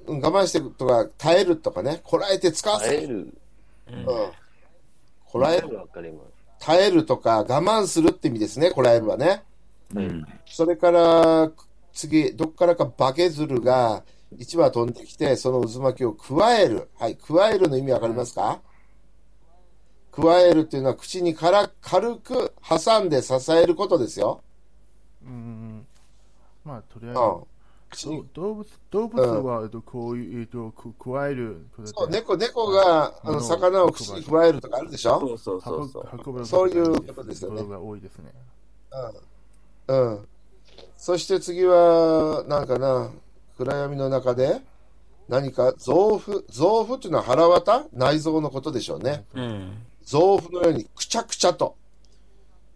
Speaker 1: うん、我慢してるとか、耐えるとかね。こらえて使わせ
Speaker 4: 会え
Speaker 1: る。
Speaker 4: る。
Speaker 1: うん。こ
Speaker 4: こ
Speaker 1: らえる。
Speaker 4: る。わかります。
Speaker 1: 耐えるとか、我慢するって意味ですね。こらえるはね。
Speaker 3: うん。
Speaker 1: それから、次、どっからかバケズルが1羽飛んできて、その渦巻きを加える。はい、加えるの意味わかりますか加えるっていうのは口にから軽く挟んで支えることですよ。
Speaker 6: うん。まあ、とりあ
Speaker 1: う
Speaker 6: え
Speaker 1: ん
Speaker 6: ず。。
Speaker 1: 口
Speaker 6: ど
Speaker 1: に。
Speaker 6: 動物動物は、えっと、こういう、えっと、く加えること
Speaker 1: そう、
Speaker 6: で
Speaker 1: 猫、猫が、あ
Speaker 6: う
Speaker 1: の、
Speaker 6: ん
Speaker 1: 魚を口に加えるとかあるでしょ
Speaker 2: そうそうそうそう。
Speaker 6: 運ぶ
Speaker 1: そういうことですよね
Speaker 6: ことが多いですね。
Speaker 1: うん。そして次は、なんかな、暗闇の中で、何か、臓腑、臓腑っていうのは腹渡内臓のことでしょうね。
Speaker 2: うん。
Speaker 1: 臓腑のようにくちゃくちゃと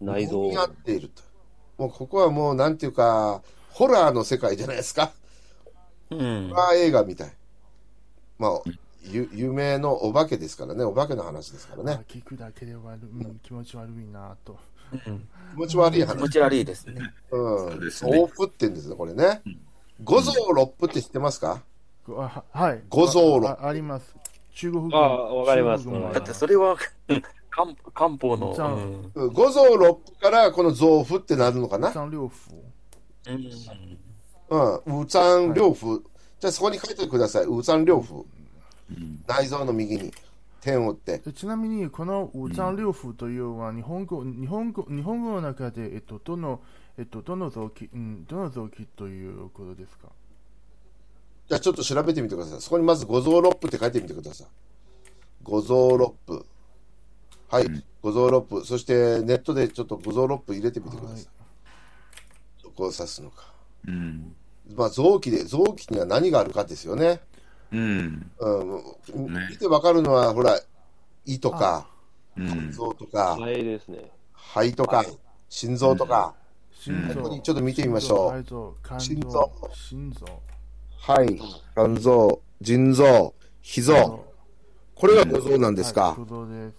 Speaker 4: 内
Speaker 1: 混
Speaker 4: 臓
Speaker 1: み。合っていると。もうここはもうなんていうか、ホラーの世界じゃないですか。
Speaker 2: うん
Speaker 1: ホ。ラー映画みたい。まあ、ゆ有名のお化けですからね、お化けの話ですから
Speaker 6: まあ
Speaker 1: ね。
Speaker 6: 聞くだけで悪い、うん、気持ち悪いなと。
Speaker 1: 気持ち悪い
Speaker 2: 気持
Speaker 1: 話。
Speaker 2: ち悪いですね。
Speaker 1: う。
Speaker 3: うんですね
Speaker 1: 臓腑って言うんですね、これね。五臓六腑って知ってますか
Speaker 6: こあははい。
Speaker 1: 五臓論
Speaker 6: あああります。中国語。
Speaker 4: あわかります
Speaker 6: 中国語も
Speaker 4: うん
Speaker 2: だってそれは、漢漢方の、
Speaker 6: そう
Speaker 2: うん
Speaker 1: 五臓六腑からこの臓腑ってなるのかな
Speaker 6: 三六腑。
Speaker 2: うん
Speaker 1: うん、ウーザン両夫。じゃあそこに書いてください。ウーザン両夫。
Speaker 3: ん
Speaker 1: 内臓の右に点を打って。
Speaker 6: えちなみに、この残留符というのは日本語、日本語、日本語の中で、えっと、どの、えっと、どの臓器、うん、どの臓器ということですか
Speaker 1: じゃあちょっと調べてみてください。そこにまず五臓六腑って書いてみてください。五臓六腑。はい、五臓六腑。そしてネットでちょっと五臓六腑入れてみてください。
Speaker 6: はい
Speaker 1: どこを指すのか。
Speaker 3: うん。
Speaker 1: まあ臓器で、臓器には何があるかですよね。
Speaker 3: うん。
Speaker 1: うん、
Speaker 3: ね
Speaker 1: 見てわかるのは、ほら、胃とか、
Speaker 3: うん。
Speaker 1: 臓とか、
Speaker 4: 肺ですね。
Speaker 1: 肺とか、心臓とか。
Speaker 6: 心
Speaker 1: ここに
Speaker 6: 臓。
Speaker 1: ちょっと見てみましょう。
Speaker 6: 心臓肝臓、
Speaker 1: 心臓
Speaker 6: 心臓。
Speaker 1: はい、肝臓、腎臓、脾臓。これが五臓なんです
Speaker 6: はい
Speaker 1: か。
Speaker 6: 心臓です。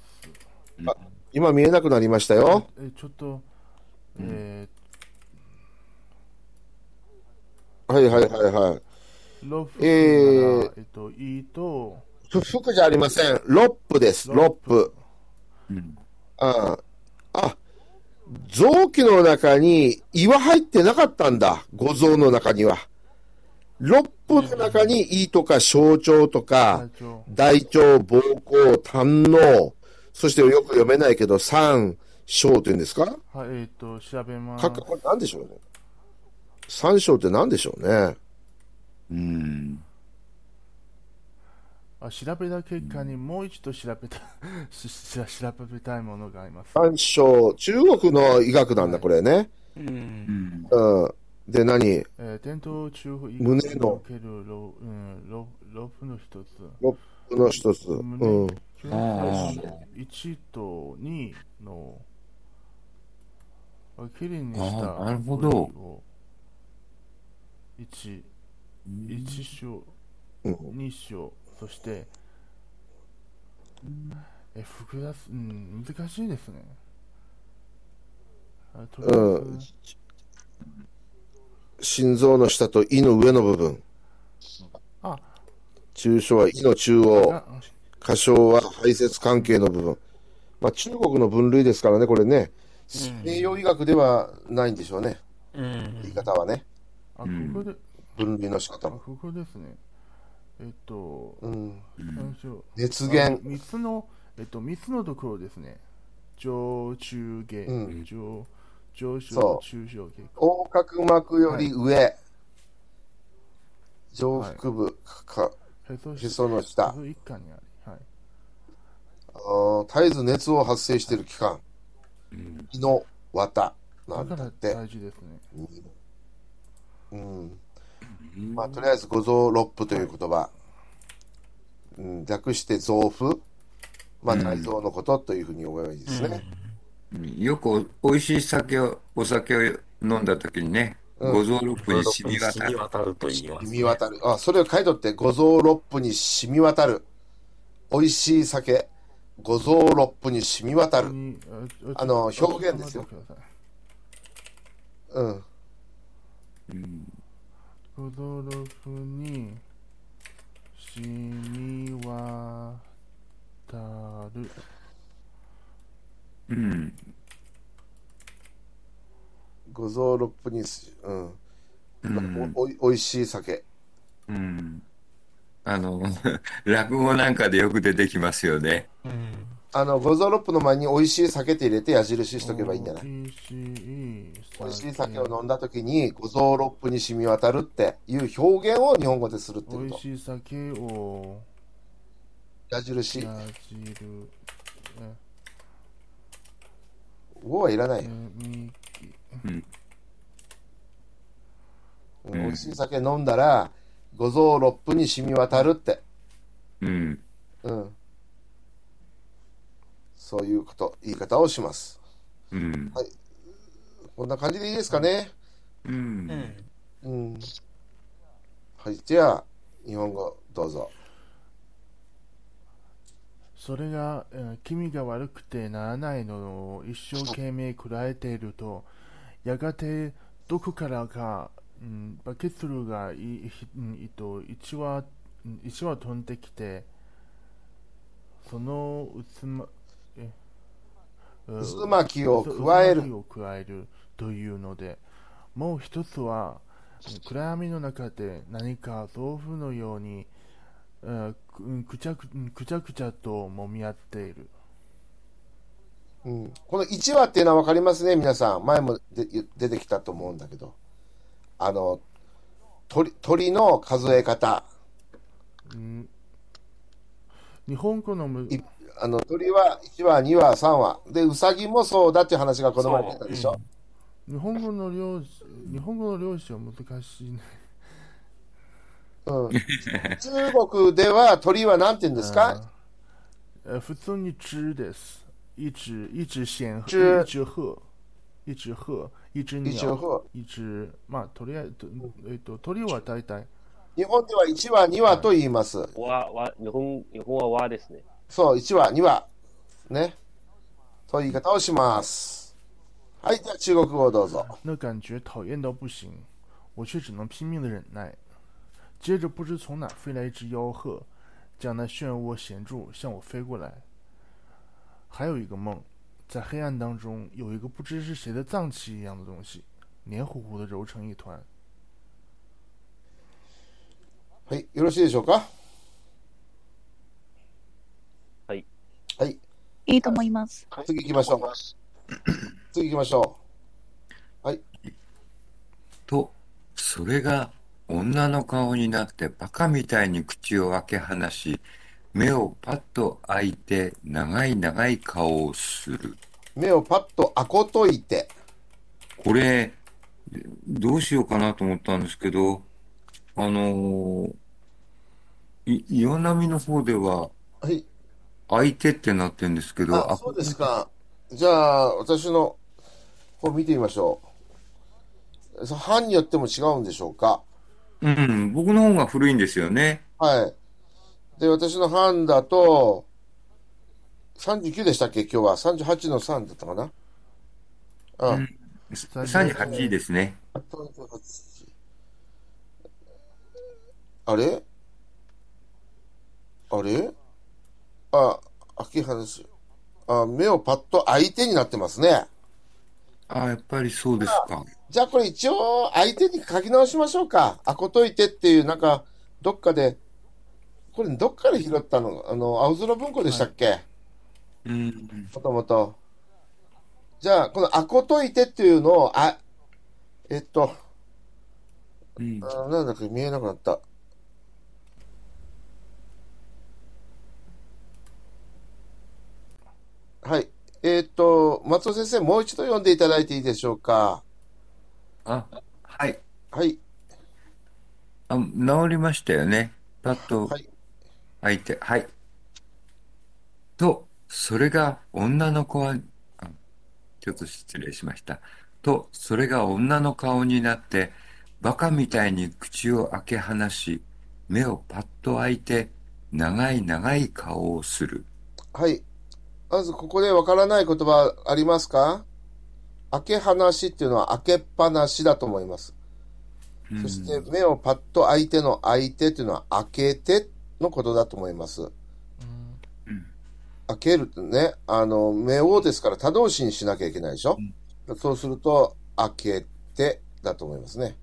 Speaker 1: 今見えなくなりましたよ。
Speaker 6: え、ちょっと、え
Speaker 1: はいはいはいはい。
Speaker 6: ー、ロフ
Speaker 1: えー
Speaker 6: えっと、胃と、
Speaker 1: ふ服じゃありません。六腑です。六腑。
Speaker 3: うん。
Speaker 1: ああ、臓器の中に胃は入ってなかったんだ。五臓の中には。六腑の中に胃とか小腸とか
Speaker 6: 大、腸、
Speaker 1: 大腸、膀胱、胆のそしてよく読めないけど、三、小というんですか
Speaker 6: はい、えっと、調べます
Speaker 1: か。これ何でしょうね。三章って何でしょうね。
Speaker 3: うん。
Speaker 6: あ調べた結果にもう一度調べた、 しし調べたいものがあります。
Speaker 1: 三章、中国の医学なんだ、これね。
Speaker 2: うん
Speaker 3: うん。
Speaker 1: うん。で、何
Speaker 6: えー、伝統中国医
Speaker 1: 胸
Speaker 6: 学に
Speaker 1: の
Speaker 6: おけるロ,、うん、ロロープの一つ。
Speaker 1: ロップの一つ。
Speaker 6: 胸
Speaker 1: うん。
Speaker 3: ああ。
Speaker 6: 1と2のきれいにした
Speaker 3: ああなるほど
Speaker 6: 1章
Speaker 1: うん
Speaker 6: 2章そしてえ複雑、うん、難しいですねあとりあえず
Speaker 1: 心臓の下と胃の上の部分。
Speaker 6: あ
Speaker 1: 中小は胃の中央。
Speaker 6: が
Speaker 1: 過小は排泄関係の部分。まあ、中国の分類ですからね、これね。西洋医学ではないんでしょうね。
Speaker 2: うん
Speaker 1: 言い方はね。
Speaker 6: あここで、
Speaker 1: 分類の仕方
Speaker 6: あ
Speaker 1: も。
Speaker 6: ここですねえっと
Speaker 1: うん。
Speaker 6: 何しよう
Speaker 1: 熱
Speaker 6: 三
Speaker 1: 源。
Speaker 6: つの、えっと、三つのところですね。上中下、
Speaker 1: うん
Speaker 6: 上上昇
Speaker 1: そ、う
Speaker 6: 中上下。
Speaker 1: 横隔膜より上、上腹部か、
Speaker 6: へそ
Speaker 1: へその下
Speaker 6: へそ一貫にあり。はい。
Speaker 1: あー絶えず熱を発生している器官、胃の綿なん
Speaker 6: だ
Speaker 1: だ
Speaker 6: か
Speaker 1: っ
Speaker 6: ら
Speaker 1: て、
Speaker 6: 大事ですね。
Speaker 1: うんまあ、とりあえず五臓六腑という言葉、うん、略して臓腑、まあ、内臓のことというふうに思えばいいですね。
Speaker 3: よくおいしい酒を、お酒を飲んだ時にね、
Speaker 1: うん
Speaker 3: 五臓六腑に染み
Speaker 8: 染
Speaker 3: 渡
Speaker 8: み
Speaker 3: る。
Speaker 8: 渡ると言います、
Speaker 1: 染み渡る。あ、それを書いとって、五臓六腑に染み渡る。美味しい酒、五臓六腑に染み渡る。
Speaker 6: に
Speaker 1: あの表現ですよ。
Speaker 6: ちょっと待ってください
Speaker 1: うん。
Speaker 3: うん
Speaker 6: 五臓六腑に染み渡る。
Speaker 3: うん。
Speaker 1: 五臓六腑にし、うん。
Speaker 3: うん。
Speaker 1: おおい美味しい酒。
Speaker 3: うん。あの、 落語なんかでよく出てきますよね。
Speaker 8: うん
Speaker 1: あの、五臓六腑の前に美味しい酒って入れて矢印しとけばいいんじゃない
Speaker 6: 美味しい
Speaker 1: 美味しい酒を飲んだ時に五臓六腑に染み渡るっていう表現を日本語でするって
Speaker 6: 美
Speaker 1: いう
Speaker 6: 味
Speaker 1: と。
Speaker 6: しい酒を
Speaker 1: 矢印
Speaker 6: やじる。
Speaker 1: をはいらないよ。
Speaker 6: み
Speaker 1: うん
Speaker 3: うん
Speaker 1: 美味しい酒飲んだら五臓六腑に染み渡るって。
Speaker 3: うん。
Speaker 1: うん。そういうこと、言い方をします。
Speaker 3: うん。
Speaker 1: こんな感じでいいですかね。
Speaker 3: う。
Speaker 8: うんん
Speaker 1: うん。はい、じゃあ、日本語どうぞ。
Speaker 6: それが、えー気味が悪くてならないのを一生懸命食らえていると、やがてどこからか、うん、バケツルがいひうんえっと一羽うん一羽飛んできて、そのうつま、え
Speaker 1: 渦巻きを加える
Speaker 6: 渦巻きを加えるというので、もう一つは暗闇の中で何か豆腐のようにうんくくちゃくくちゃくちゃと揉み合っている。
Speaker 1: うん、この1話っていうのは分かりますね、皆さん。前もで出てきたと思うんだけど。あの、鳥鳥の数え方。
Speaker 6: うん日本語のむ
Speaker 1: いあの鳥は1話、2話、3話。で、ウサギもそうだっていう話がこの前出たでしょ。
Speaker 6: 日本語の領事日本語の領事は難しいね。
Speaker 1: うん、中国では鳥は何て言うんですか
Speaker 6: え普通に知です。一只一只仙鹤，
Speaker 1: 知
Speaker 6: 一只鹤，一只鹤，一只
Speaker 1: 一応
Speaker 6: 鸟，
Speaker 1: ふ
Speaker 6: 一只まあとりあえずえっと鳥は大体
Speaker 1: 日本では1話、2話と言います。
Speaker 4: わ、わ、日本、日本はわですね。
Speaker 1: そう、1話、2話。ね。という言い方をします。はい、じゃあ中国語をどうぞ。
Speaker 6: 那感觉讨厌到不行，我却只能拼命的忍耐。接着不知从哪飞来一只吆喝，将那漩涡衔住，向我飞过来。还有一个梦，在黑暗当中有一个不知是谁的脏器一样的东西，黏糊糊的揉成一团。
Speaker 1: はい、よろしいでしょうか
Speaker 4: はい。
Speaker 1: はい、
Speaker 9: いいと思います。
Speaker 1: 次行きましょう。次行きましょ
Speaker 3: と、それが女の顔になってバカみたいに口を開け放し、目をパッと開いて長い長い顔をする。
Speaker 1: う。目をパッと開こといて。
Speaker 3: これ、どうしようかなと思ったんですけど、あのーい、岩波の方では、
Speaker 1: はい。
Speaker 3: 相手ってなってるんですけど、
Speaker 1: あ、
Speaker 3: あ
Speaker 1: そうですか。じゃあ、私の方見てみましょう。そう班によっても違うんでしょうか
Speaker 3: うん、僕の方が古いんですよね。
Speaker 1: はい。で、私の班だと、39でしたっけ今日は。38の3だったかなう
Speaker 3: うんん。38ですね。
Speaker 1: あれあれあ、秋話。あ、目をパッと相手になってますね。
Speaker 3: あやっぱりそうですか。
Speaker 1: じゃあこれ一応相手に書き直しましょうか。あこといてっていう、なんか、どっかで、これどっから拾ったのあの、青空文庫でしたっけ、
Speaker 3: うん、
Speaker 1: もともと。じゃあ、このあこといてっていうのを、あ、えっと、
Speaker 3: うん
Speaker 1: あ、ーなんだっけ、見えなくなった。はい。えっ、と、松尾先生、もう一度読んでいただいていいでしょうか。
Speaker 3: あ、はい。
Speaker 1: はい。
Speaker 3: あ、治りましたよね。パッと
Speaker 1: はい
Speaker 3: 開いて、はい。と、それが女の子は、あちょっと失礼しました。と、それが女の顔になって、バカみたいに口を開け放し、目をパッと開いて、長い長い顔をする。
Speaker 1: はい。まずここでわからない言葉ありますか開け話っていうのは開けっぱなしだと思います。
Speaker 3: うん
Speaker 1: そして目をパッと相手の相手っていうのは開けてのことだと思います。
Speaker 6: 嗯
Speaker 1: 開けるってね、あの、目をですから他動詞にしなきゃいけないでしょ、そうすると、開けてだと思いますね。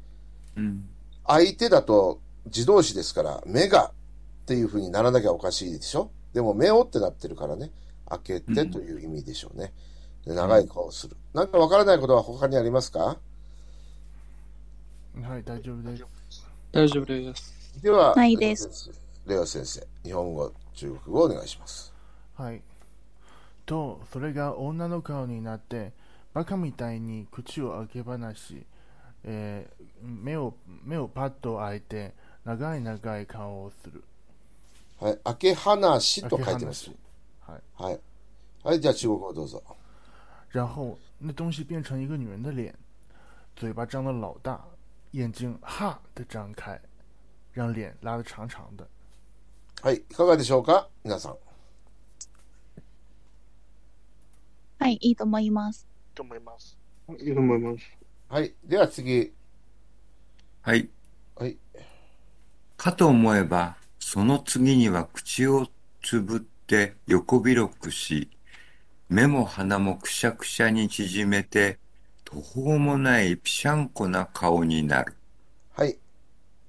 Speaker 3: うん
Speaker 1: 相手だと自動詞ですから、目がっていう風にならなきゃおかしいでしょでも目をってなってるからね、開けてという意味でしょうね。で長い顔をする。なんかわからないことは他にありますか
Speaker 6: はい、大丈夫です。
Speaker 7: 大丈夫です。
Speaker 1: では、
Speaker 8: ないです
Speaker 1: レオ先生。レオ先生、日本語、中国語お願いします。
Speaker 6: はい。と、それが女の顔になって、バカみたいに口を開け放し、えー目を目をパッと開いて、長い長い顔をする。
Speaker 1: はい、開け話と書いてます
Speaker 6: 開。け放し。
Speaker 1: はい。はい、じゃあ中国語どうぞ。
Speaker 6: 然后那东西变成一个女人的脸，嘴巴张得老大，眼睛哈的张开，让脸拉得长长的。
Speaker 1: はい、いかがでしょうか皆さん。
Speaker 8: はい、いいと思います。
Speaker 5: と思います。
Speaker 9: いいと思います。
Speaker 1: はい、では次。
Speaker 3: はい。
Speaker 1: はい。
Speaker 3: かと思えば、その次には口をつぶって横広くし、目も鼻もくしゃくしゃに縮めて、途方もないぴしゃんこな顔になる。
Speaker 1: はい。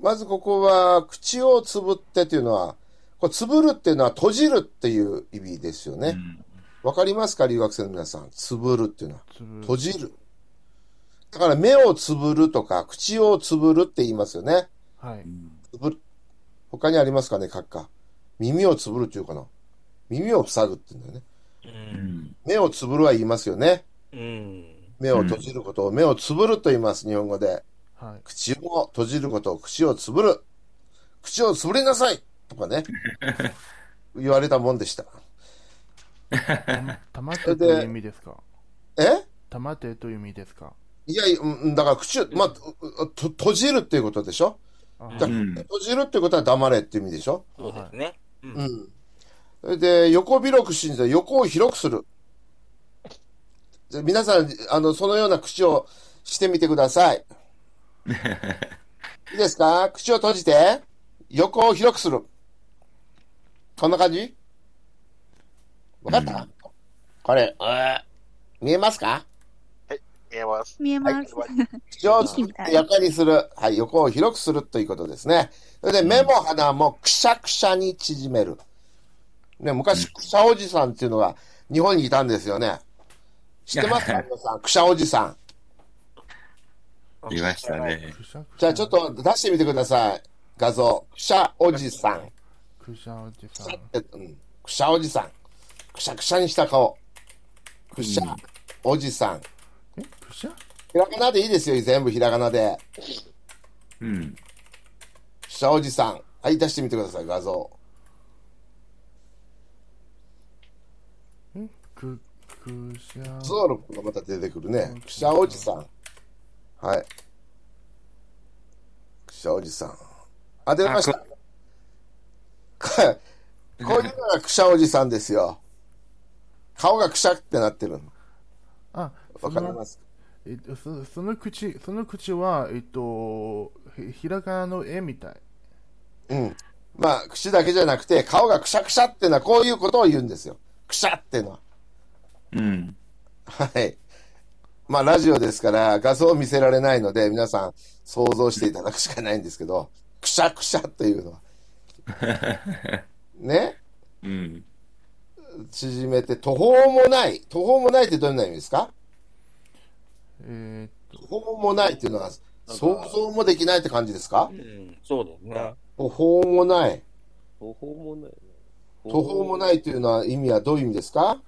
Speaker 1: まずここは、口をつぶってというのは、これつぶるっていうのは閉じるっていう意味ですよね。わ、かりますか留学生の皆さん。つぶるっていうのは。
Speaker 6: つぶ
Speaker 1: 閉じる。だから目をつぶるとか、口をつぶるって言いますよね。
Speaker 6: はい。
Speaker 1: つぶる。他にありますかね、閣下。耳をつぶるっていうかな。耳を塞ぐって言うんだよね。
Speaker 3: うん
Speaker 1: 目をつぶるは言いますよね。
Speaker 2: うん。
Speaker 1: 目を閉じることを目をつぶると言います、日本語で。
Speaker 6: はい。
Speaker 1: 口を閉じることを口をつぶる。口をつぶりなさいとか ね。言われたもんでした。
Speaker 6: 玉手という意味ですか
Speaker 1: え
Speaker 6: 玉手という意味ですか
Speaker 1: いやいや、うんだから口を、まあ、ううと閉じるっていうことでしょ
Speaker 6: あ
Speaker 1: だから
Speaker 3: うん
Speaker 1: 閉じるってことは黙れっていう意味でしょ
Speaker 2: そうですね。
Speaker 1: う。
Speaker 2: うん
Speaker 1: それで、横広く信じて、横を広くする。じゃあ皆さん、あの、そのような口をしてみてくださ い。いいですか口を閉じて、横を広くする。こんな感じわかった、これ、えー見えますか
Speaker 5: 見えます。
Speaker 8: 見えます。
Speaker 5: はい
Speaker 1: 口をつぶってやかにする。はい、横を広くするということですね。それで目も鼻もくしゃくしゃに縮める。ね、昔、くしゃおじさんっていうのが日本にいたんですよね。知ってますか皆 さん、くしゃおじさん。
Speaker 3: いましたね。
Speaker 6: くしゃくし
Speaker 1: じゃ
Speaker 6: ゃ
Speaker 1: あちょっと出してみてください。画像。くしゃおじさん。
Speaker 6: くしゃおじさ
Speaker 1: くしゃ
Speaker 6: ん。
Speaker 1: ってうん、くしゃおじさん。くしゃくしゃにした顔。くしゃおじさん。
Speaker 6: えくしゃ
Speaker 1: ひらがなでいいですよ、全部ひらがなで。
Speaker 3: うん。
Speaker 1: くしゃおじさん。はい、出してみてください、画像。
Speaker 6: えく、くしゃ。
Speaker 1: ゾーロップがまた出てくるね。くしゃおじさん。はい。くしゃおじさん。あ、出ました。こ こういうのがくしゃおじさんですよ。顔がくしゃってなってるの。
Speaker 6: あ、
Speaker 1: わかります
Speaker 6: えっと、そその口、その口は、えっと、ひひらがなの絵みたい。
Speaker 1: うん。まあ、口だけじゃなくて、顔がくしゃくしゃってのはこういうことを言うんですよ。くしゃってのは。
Speaker 3: うん。
Speaker 1: はい。まあ、ラジオですから、画像を見せられないので、皆さん想像していただくしかないんですけど、くしゃくしゃというの は。ね
Speaker 3: うん。
Speaker 1: 縮めて、途方もない。途方もないってどんな意味ですか
Speaker 6: え
Speaker 1: 途方もないっていうのは、想像もできないって感じですか
Speaker 2: うん。そうですね。
Speaker 1: 途方もない。
Speaker 4: 途方もない。
Speaker 1: 途方もないというのは意味はどういう意味ですか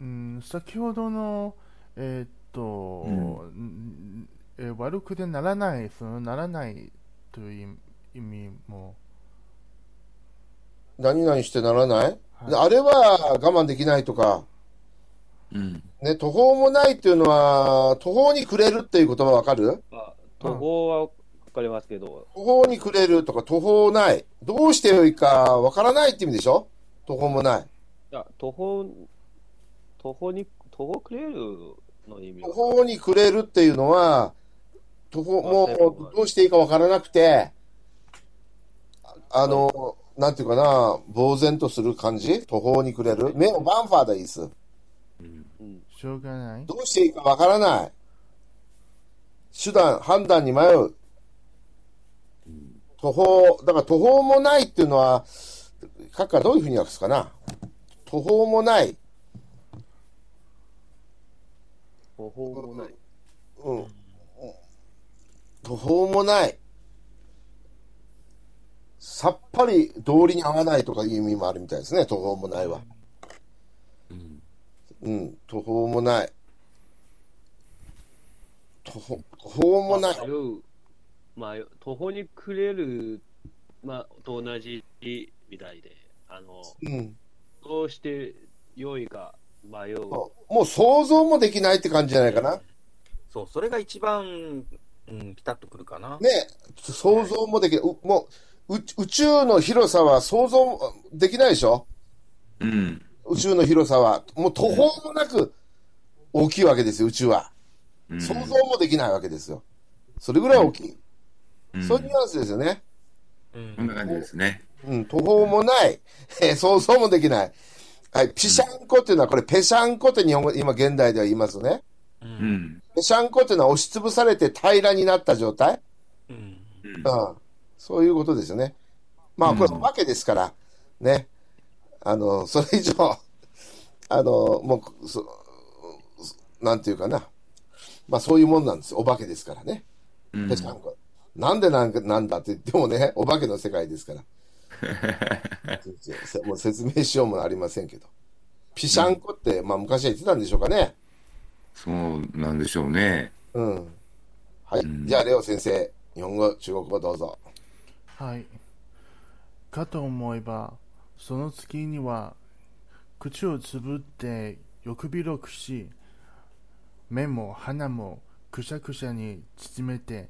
Speaker 6: ーうん、先ほどの、えっと、
Speaker 3: う
Speaker 6: うんえー悪くてならない、そのならないという意味も、
Speaker 1: 何々してならない、
Speaker 6: はい
Speaker 1: あれは我慢できないとか、
Speaker 3: うん。
Speaker 1: ね、途方もないっていうのは、途方にくれるっていう言葉わかる
Speaker 4: あ、途方はわかりますけど、
Speaker 1: 途方にくれるとか途方ない。どうしてよいかわからないって意味でしょ途方もない。
Speaker 4: いや、途方、途方に、途方くれるの意味は
Speaker 1: 途方にくれるっていうのは、途方、もうどうしていいかわからなくて、あの、なんていうかな、呆然とする感じ途方にくれる目をバンファーだいいっす。
Speaker 4: うん。
Speaker 6: しょうがない。
Speaker 1: どうしていいかわからない。手段、判断に迷う。途方、だから途方もないっていうのは、書くからどういうふうに訳すかな。途方もない。
Speaker 4: 途方もない。
Speaker 1: うん。途方もない。さっぱり道理に合わないとかいう意味もあるみたいですね、途方もないは。うん、途方もない。途方途方もない。
Speaker 4: 迷う。迷う。途方にくれる、まあ、と同じみたいで、あの、
Speaker 1: うん。
Speaker 4: どうして良いか迷う。
Speaker 1: もう想像もできないって感じじゃないかな。
Speaker 2: そう、それが一番、うん、ピタッとくるかな。
Speaker 1: ね、想像もできない。うもう、う宇宙の広さは想像もできないでしょ
Speaker 3: うん。
Speaker 1: 宇宙の広さは。もう途方もなく大きいわけですよ、宇宙は。
Speaker 3: うん
Speaker 1: 想像もできないわけですよ。それぐらい大きい。
Speaker 3: うん
Speaker 1: そういうニュアンスですよね。
Speaker 2: うん
Speaker 3: こんな感じですね。
Speaker 1: うん、途方もない。えー想像もできない。はい、ピシャンコっていうのは、これ、ペシャンコって日本語、今現代では言いますよね。
Speaker 3: うん。
Speaker 1: ペシャンコっていうのは押しつぶされて平らになった状態。
Speaker 2: うん
Speaker 3: うん
Speaker 1: うん、そういうことですよね。まあ、これ、お化けですから、ね。あの、それ以上、 あの、もう、そなんていうかな。まあ、そういうもんなんですよ。お化けですからね。
Speaker 3: うん
Speaker 1: ペシャンコ。なんでなんかなんだって言ってもね、お化けの世界ですから。せもう説明しようもありませんけど。ピシャンコって、まあ、昔は言ってたんでしょうかね。
Speaker 3: そうなんでしょうね。
Speaker 1: うん。はい。
Speaker 3: うん
Speaker 1: じゃあ、レオ先生、日本語、中国語どうぞ。
Speaker 6: はい。かと思えば、その月には、口をつぶって欲広くし、目も鼻もくしゃくしゃに縮めて、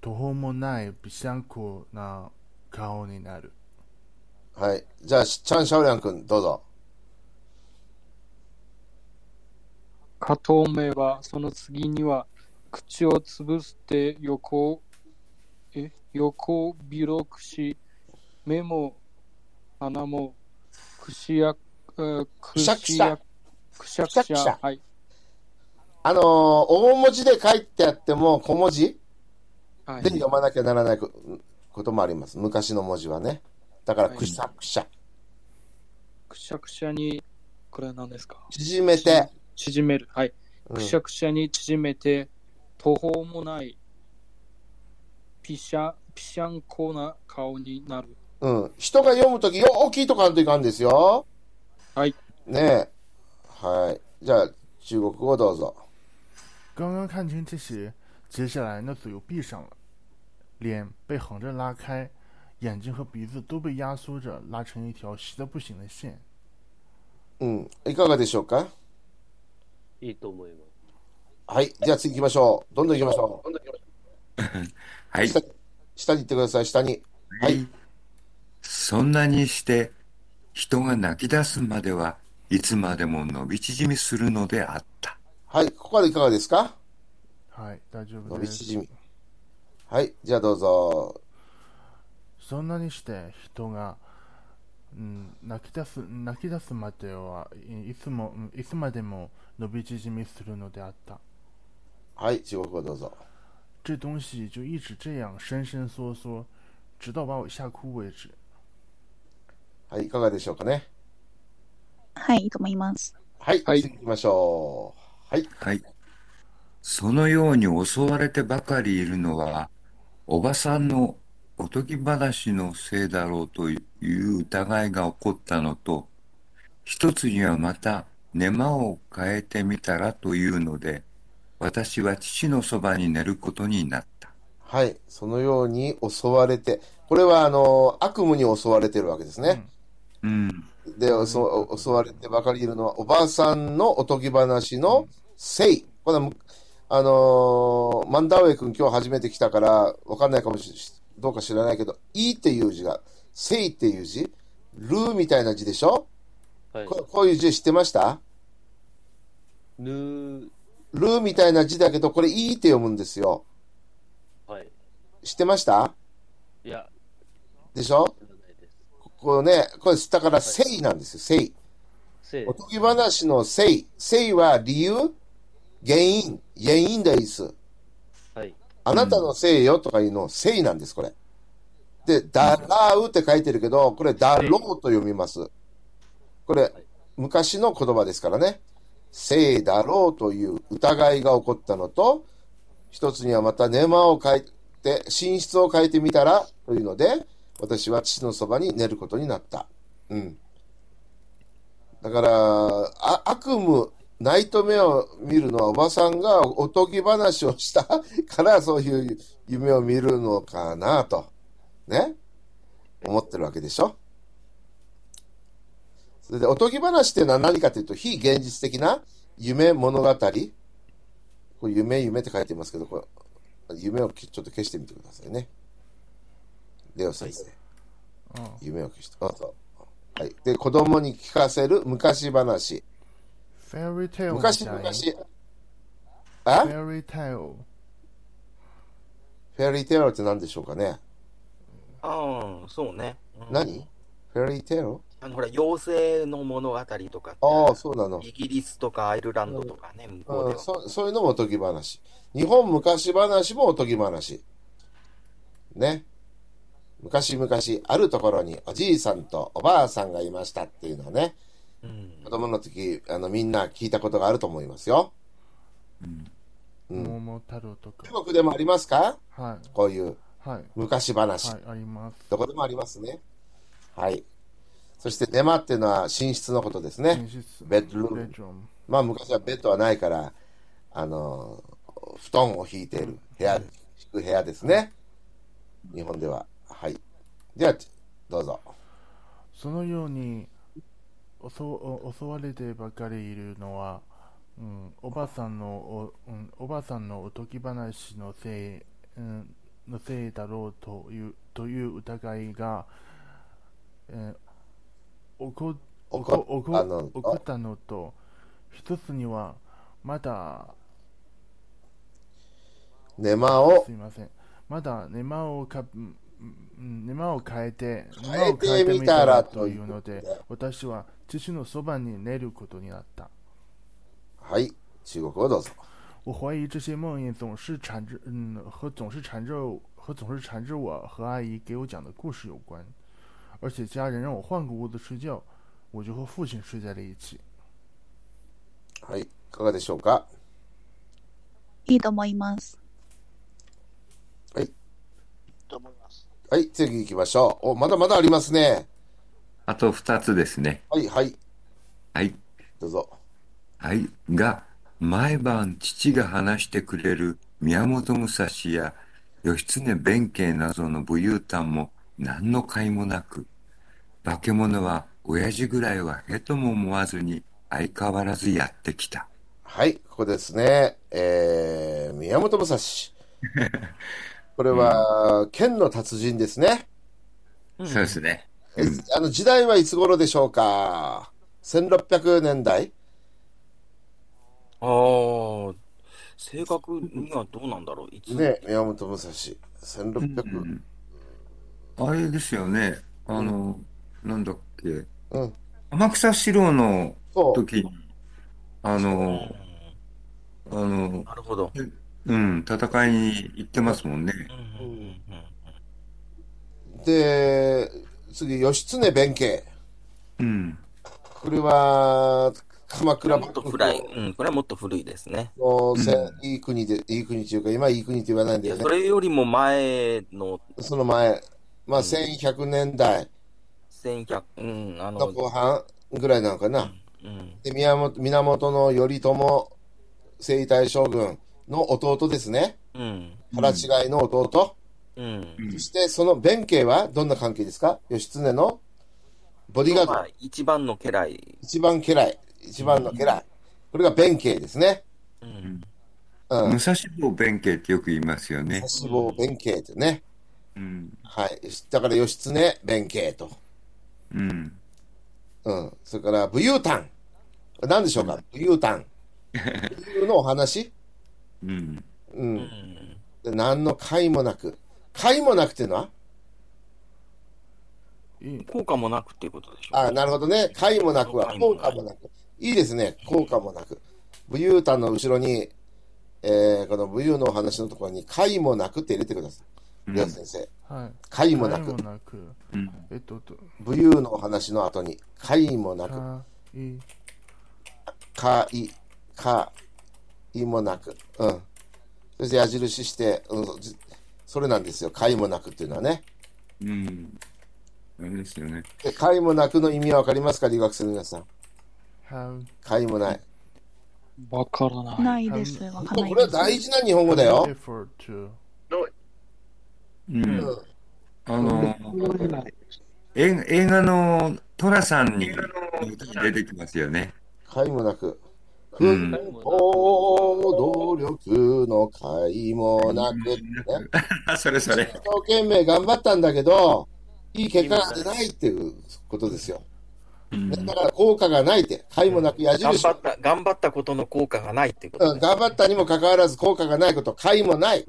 Speaker 6: 途方もないびしゃんこな顔になる。
Speaker 1: はい。じゃあ、しチャン・シャオリャン君、どうぞ。
Speaker 7: かと思えば、その次には、口をつぶして横を、え、横を広くし、目も鼻もくしや、えーく
Speaker 1: しゃくしゃ。
Speaker 7: くしゃく
Speaker 1: くし
Speaker 7: し
Speaker 1: ゃくしゃ
Speaker 7: ゃ。はい。
Speaker 1: あのー大文字で書いてあっても、小文字
Speaker 7: はい
Speaker 1: で。読まなきゃならないここともあります。昔の文字はね。だから、
Speaker 7: はい
Speaker 1: くしゃくしゃ。
Speaker 7: くしゃくしゃに、これは何ですか
Speaker 1: 縮めて、
Speaker 7: 縮める。はい。
Speaker 1: うん
Speaker 7: くしゃくしゃに縮めて、途方もない、ピシャ、ピシャンコな顔になる。
Speaker 1: うん。人が読むとき、よーきいとかんといかんですよ。
Speaker 7: はい。
Speaker 1: ねえ。はい。じゃあ、中国語どうぞ。
Speaker 6: 刚刚看清这些，接下来那嘴又闭上了，脸被横着拉开，眼睛和鼻子都被压缩着拉成一条细的不行的线。
Speaker 1: うん。いかがでしょうか
Speaker 4: いいと思います。
Speaker 1: はい。じゃあ、次行きましょう。どんどん行きましょう。
Speaker 3: はい。
Speaker 1: 下に下に行ってください、下に。はい。
Speaker 3: そんなにして、人が泣き出すまではいつまでも伸び縮みするのであった。
Speaker 1: はい。ここまでいかがですか
Speaker 6: はい、大丈夫
Speaker 1: 伸
Speaker 6: で
Speaker 1: び
Speaker 6: す。
Speaker 1: 縮み。はい。じゃあ、どうぞ。
Speaker 6: そんなにして人が、うん、泣き出す泣き出すまではいいつもうんいつまでも伸び縮みするのであった。
Speaker 1: はい。中国語どうぞ。
Speaker 6: 这东西就一直这样伸伸缩缩，直到把我吓哭为止。
Speaker 1: はい。いかがでしょうかね
Speaker 8: はい、いいと思います。
Speaker 1: はい。
Speaker 7: はい
Speaker 1: 次行きましょう。はい。
Speaker 3: はい。そのように襲われてばかりいるのは、おばさんのおとぎ話のせいだろうという疑いが起こったのと、一つにはまた寝間を変えてみたらというので、私は父のそばに寝ることになった。
Speaker 1: はい。そのように襲われて、これは、あの、悪夢に襲われてるわけですね。
Speaker 3: うん。
Speaker 1: で襲お襲われてばかりいるのは、おばあさんのおとぎ話のせい。これは、あのーマンダウェイ君今日初めて来たから、わかんないかもしれどうか知らないけど、いいっていう字が、せいっていう字、ルーみたいな字でしょ
Speaker 4: はい。
Speaker 1: ここういう字知ってました
Speaker 4: ぬー、
Speaker 1: ルーみたいな字だけど、これいいって読むんですよ。
Speaker 4: はい。
Speaker 1: 知ってました
Speaker 4: いや、
Speaker 1: でしょ
Speaker 4: 知らないです。
Speaker 1: こうね、これ、だから、せいなんですよ、せい。
Speaker 4: せい
Speaker 1: お、とぎ話のせい。せいは理由原因。原因でいいです。
Speaker 4: はい。
Speaker 1: あなたのせいよとかいうの、せいなんです、これ。で、だらうって書いてるけど、これ、だろうと読みます。これ、昔の言葉ですからね。せいだろうという疑いが起こったのと、一つにはまた寝間を変えて、寝室を変えてみたら、というので、私は父のそばに寝ることになった。うん。だから、あ悪夢、ナイトメアを見るのはおばさんがおとぎ話をした からそういう夢を見るのかなと、ね、思ってるわけでしょ。それで、おとぎ話っていうのは何かというと、非現実的な夢物語。これ夢、夢って書いてますけど、これ夢をきちょっと消してみてくださいね。レオ先生。
Speaker 6: うん
Speaker 1: 夢を消して。あそうはい。で、子供に聞かせる昔話。
Speaker 6: フェリーテイルみたい
Speaker 1: 昔々。あ
Speaker 6: フェリーテイル。
Speaker 1: フェアリーテロって何でしょうかね
Speaker 2: ああ、そうね。うん
Speaker 1: 何フェアリーテロ
Speaker 2: あの、ほら、妖精の物語とかって
Speaker 1: ああ、そうなの。
Speaker 2: イギリスとかアイルランドとかね、向こうで
Speaker 1: うん、
Speaker 2: は。
Speaker 1: そそういうのもおとぎ話。日本昔話もおとぎ話。ね。昔々、あるところにおじいさんとおばあさんがいましたっていうのはね、
Speaker 2: うん
Speaker 1: 子供の時、あの、みんな聞いたことがあると思いますよ。うん。うん、
Speaker 6: 桃太郎とか。
Speaker 1: 中国でもありますか
Speaker 6: は
Speaker 1: こういう
Speaker 6: い。はい。
Speaker 1: 昔話。
Speaker 6: はい、あります。
Speaker 1: どこでもありますね。はい。そして、寝間っていうのは寝室のことですね。
Speaker 6: 寝室
Speaker 1: ベッドルーム
Speaker 6: ベッドルーム。
Speaker 1: まあ昔はベッドはないから、あの、布団を敷いている部屋、敷く部屋ですね。日本では。はい。では、どうぞ。
Speaker 6: そのように襲お襲われてばかりいるのは、うん、おばさんのお,、うん、おばさんのおとぎ話のせい、うん、のせいだろうというという疑いが、えー、起こ
Speaker 1: 起
Speaker 6: 起
Speaker 1: こ
Speaker 6: こ起
Speaker 1: あの
Speaker 6: こ起こったのと一つにはまだ
Speaker 1: 寝間を
Speaker 6: すいませんまだ根間をかうんうん根間を変えて根間
Speaker 1: 変え
Speaker 6: を
Speaker 1: て
Speaker 6: 変えて
Speaker 1: み
Speaker 6: み
Speaker 1: た
Speaker 6: た
Speaker 1: ら
Speaker 6: ら
Speaker 1: と
Speaker 6: と
Speaker 1: い
Speaker 6: いうう
Speaker 1: こ
Speaker 6: の
Speaker 1: とで
Speaker 6: で私は父のそばに寝ることになった
Speaker 1: はい、中国をどうぞ。
Speaker 6: 我怀疑这些梦魇总是缠着，嗯，和总是缠着和总是缠着我和阿姨给我讲的故事有关，而且家人让我换个屋子睡觉，我就和父亲睡在了一起。
Speaker 1: はい、いかがでしょうか
Speaker 8: いいと思います。
Speaker 5: と思います。
Speaker 1: はい、次行きましょう。お、まだまだありますね。
Speaker 3: あと2つですね。
Speaker 1: はい、はい、
Speaker 3: はい。
Speaker 1: どうぞ。
Speaker 3: はい。が、毎晩父が話してくれる宮本武蔵や義経弁慶などの武勇譚も何の甲斐もなく、化け物は親父ぐらいはへとも思わずに相変わらずやってきた。
Speaker 1: はい、ここですね。えー、宮本武 蔵。これは、剣の達人ですね。
Speaker 3: そうですね。
Speaker 1: えあの時代はいつ頃でしょうか ?1600 年代
Speaker 2: ああ、正確にはどうなんだろう。いつ、
Speaker 1: ね、宮本武蔵。1600。
Speaker 3: あれですよね。あの、なんだっけ。
Speaker 1: うん。
Speaker 3: 天草四郎の
Speaker 1: そう。
Speaker 3: 時に、あの、あの、
Speaker 2: なるほど。
Speaker 3: うん、戦いに行ってますもんね。
Speaker 2: うんうんうん
Speaker 1: で、次、義経弁慶。
Speaker 3: うん。
Speaker 1: これは、鎌
Speaker 2: こ
Speaker 1: 倉
Speaker 2: れはもっと古い。うん、これはもっと古いですね。
Speaker 1: のせいい国で、いい国というか、今いい国と言わないん
Speaker 2: い
Speaker 1: だよ
Speaker 2: や、
Speaker 1: ね
Speaker 2: そ。れよりも前の
Speaker 1: その前、まあ1100年代
Speaker 2: 1100、うん、あ
Speaker 1: の
Speaker 2: の、
Speaker 1: 後半ぐらいなのかな。
Speaker 2: うん、
Speaker 1: で、宮本、源頼朝、征夷大将軍の弟ですね。
Speaker 2: うん、
Speaker 1: 腹違いの弟。
Speaker 2: うん、
Speaker 1: そして、その弁慶はどんな関係ですか義経のボディガー
Speaker 2: まあ
Speaker 1: ド、
Speaker 2: 一番の家来。
Speaker 1: 一番家来、一番の家来。これが弁慶ですね。
Speaker 2: うん。
Speaker 1: うん。
Speaker 3: 武蔵坊弁慶ってよく言いますよね
Speaker 1: 武。蔵坊弁慶ってね。
Speaker 3: うん。
Speaker 1: はい。だから義経弁慶と。
Speaker 3: うん。
Speaker 1: うん。それから武勇譚。何でしょうか武勇譚。武勇のお話
Speaker 3: うん。
Speaker 1: う。
Speaker 2: うんん。
Speaker 1: で何の解もなく。解もなくっていうのはい
Speaker 6: い
Speaker 2: 効果もなくっていうことでしょう。
Speaker 1: あなるほどね。解もなくは、
Speaker 2: 解も
Speaker 1: 効
Speaker 2: ない
Speaker 1: 果もなく。いいですね。効果もなく。武勇譚の後ろに、えー、この武勇のお話のところに、解もなくって入れてください。
Speaker 3: うん
Speaker 1: りょう先生。
Speaker 6: はい
Speaker 1: 解もなく
Speaker 6: 解。もなく
Speaker 3: うん。
Speaker 6: えっとと
Speaker 1: 武勇のお話の後に、解もなく。
Speaker 6: か
Speaker 1: か
Speaker 6: い
Speaker 1: い、かいもなく。うん。そして矢印して、うん、じそれなんですよ。かいもなくっていうのはね。
Speaker 3: うん。あれですよね。
Speaker 1: でかいもなくの意味はわかりますか留学生の皆さん。
Speaker 6: は
Speaker 1: かいもない。
Speaker 7: わからない。
Speaker 8: ないです。わかんない
Speaker 1: これは
Speaker 8: です。
Speaker 1: 大事な日本語だよ。
Speaker 6: effort to
Speaker 3: うん。
Speaker 1: うん
Speaker 3: あの、映映画の寅さんに出てきますよね。
Speaker 1: かいもなく。
Speaker 3: うん
Speaker 1: 奮闘努力のかいもなくってね。
Speaker 3: あ、 それそれ。
Speaker 1: 一生懸命頑張ったんだけど、いい結果が出ないっていうことですよ。
Speaker 3: うん
Speaker 1: だから効果がないって、かいもなく矢
Speaker 2: 頑
Speaker 1: 印
Speaker 2: 張。った、頑張ったことの効果がないっていうこと
Speaker 1: う
Speaker 2: ね
Speaker 1: ん、頑張ったにもかかわらず効果がないこと、解もない、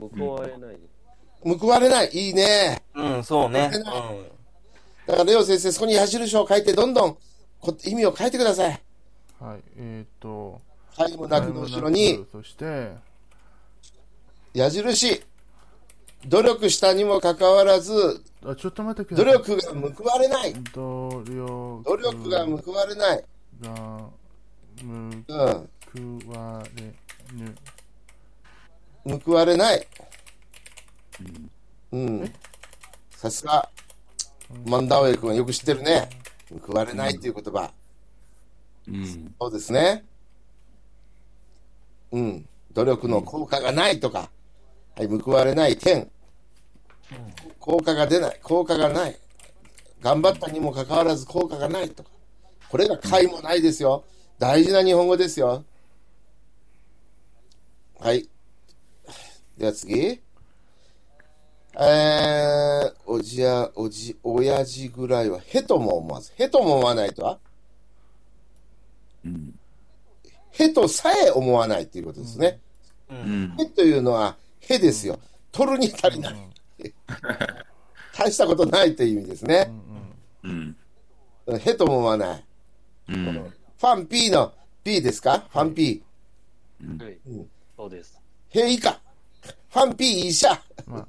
Speaker 4: 報われない。
Speaker 1: 報われない、いいね。
Speaker 2: うん、そうね。
Speaker 1: う
Speaker 2: うん。
Speaker 1: だから、レオ先生、そこに矢印を書いて、どんどんこ意味を書いてください。
Speaker 6: はいえっと
Speaker 1: 解もなくの後ろに、
Speaker 6: そして
Speaker 1: 矢印。努力したにもかかわらず、
Speaker 6: あちょっと待ってくだ
Speaker 1: 努
Speaker 6: さい
Speaker 1: 力が報われない。
Speaker 6: 努力
Speaker 1: 努力が報われない。
Speaker 6: が
Speaker 1: うん。
Speaker 6: 報われぬ
Speaker 1: 報われない。うん。さすが、マンダウェイ君はよく知ってるね。報われないっていう言葉。
Speaker 3: うん。
Speaker 1: そうですね。うん。努力の効果がないとか、はい、報われない点。効果が出ない、効果がない。頑張ったにもかかわらず効果がないとか。これが解もないですよ。大事な日本語ですよ。はい。では次。えー、おじや、おじ、親父ぐらいは、へとも思わず。へとも思わないとは
Speaker 3: うん。
Speaker 1: へとさえ思わないということですね。
Speaker 3: うん。
Speaker 1: へというのは、へですよ。取るに足りない。大したことないという意味ですね。
Speaker 3: うん。
Speaker 1: へとも思わない。
Speaker 3: うん。
Speaker 1: ファン P の P ですかファン P。
Speaker 4: はい。そうです。
Speaker 1: へ以下。ファン P 医者。
Speaker 6: まあ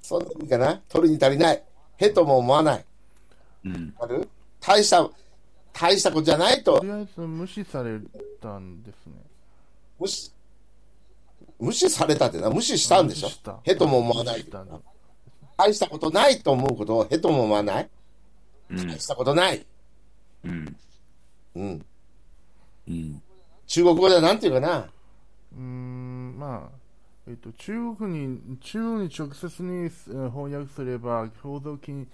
Speaker 1: そんな意味かな取るに足りない。へとも思わない。
Speaker 3: うん。
Speaker 1: ある大した、大したことじゃないと
Speaker 6: と。りあえず無視されたんですね
Speaker 1: 無視、無視されたってな。無視したんでしょ
Speaker 6: 無視た
Speaker 1: へとも思わない
Speaker 6: 無視し。たんだ
Speaker 1: 大したことないと思うことをへとも思わない。大したことない。
Speaker 3: うん。
Speaker 1: うん。
Speaker 3: うん。
Speaker 1: 中国語ではなんていうかな。
Speaker 6: うーんまあえっと、中国に中国に直接にえー翻訳すれば共同禁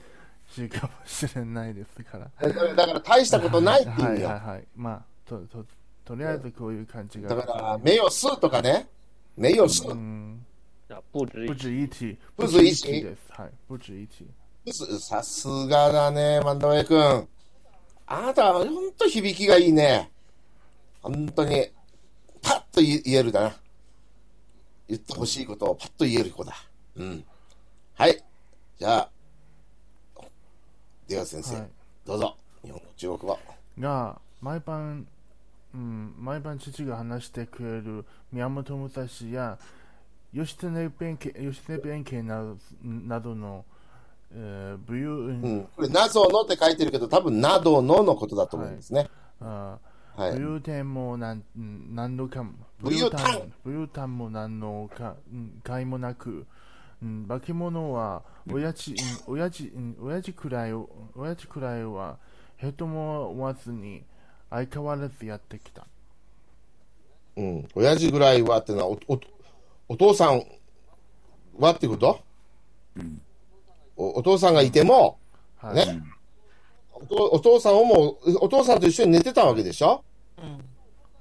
Speaker 6: 止かもしれないですから。
Speaker 1: だからだから大したことないって意
Speaker 6: は
Speaker 1: 味
Speaker 6: いはい
Speaker 1: よ。
Speaker 6: はい。まあ、とととりあえずこういう感じが。
Speaker 1: だから、目を吸うとかね。目を吸
Speaker 6: う
Speaker 1: う。
Speaker 6: ん、
Speaker 4: あ、不止
Speaker 6: 不止一提、
Speaker 1: 不止一提
Speaker 6: です。はい、不止一提。
Speaker 1: さすがだね、万田ウェイ君。あなたは本当響きがいいね。本当に、パッと言言えるだな。言ってほしいことをパッと言える子だ。うん。はい。じゃあ、では先生、
Speaker 6: はい
Speaker 1: どうぞ。日本語、中国語。
Speaker 6: が毎晩、うん、毎晩父が話してくれる宮本武蔵や義経弁慶義経弁慶などなどの、えー、武勇、
Speaker 1: うん。これ、なぞのって書いてるけど、多分、などののことだと思うんですね。
Speaker 6: あ
Speaker 1: はい。
Speaker 6: 武勇伝もなん何度かも
Speaker 1: 武勇伝
Speaker 6: 武勇伝も何のかうん甲斐もなく、うん、化け物は親父、うん、親父、うん、親父くらいを親父くらいはへとも思わずに相変わらずやってきた
Speaker 1: うん、親父ぐらいはってのはおおお父さんはってこと、おお父さんがいても、
Speaker 6: はい
Speaker 1: ね、お父お父さんをもう、お父さんと一緒に寝てたわけでしょ
Speaker 2: うん。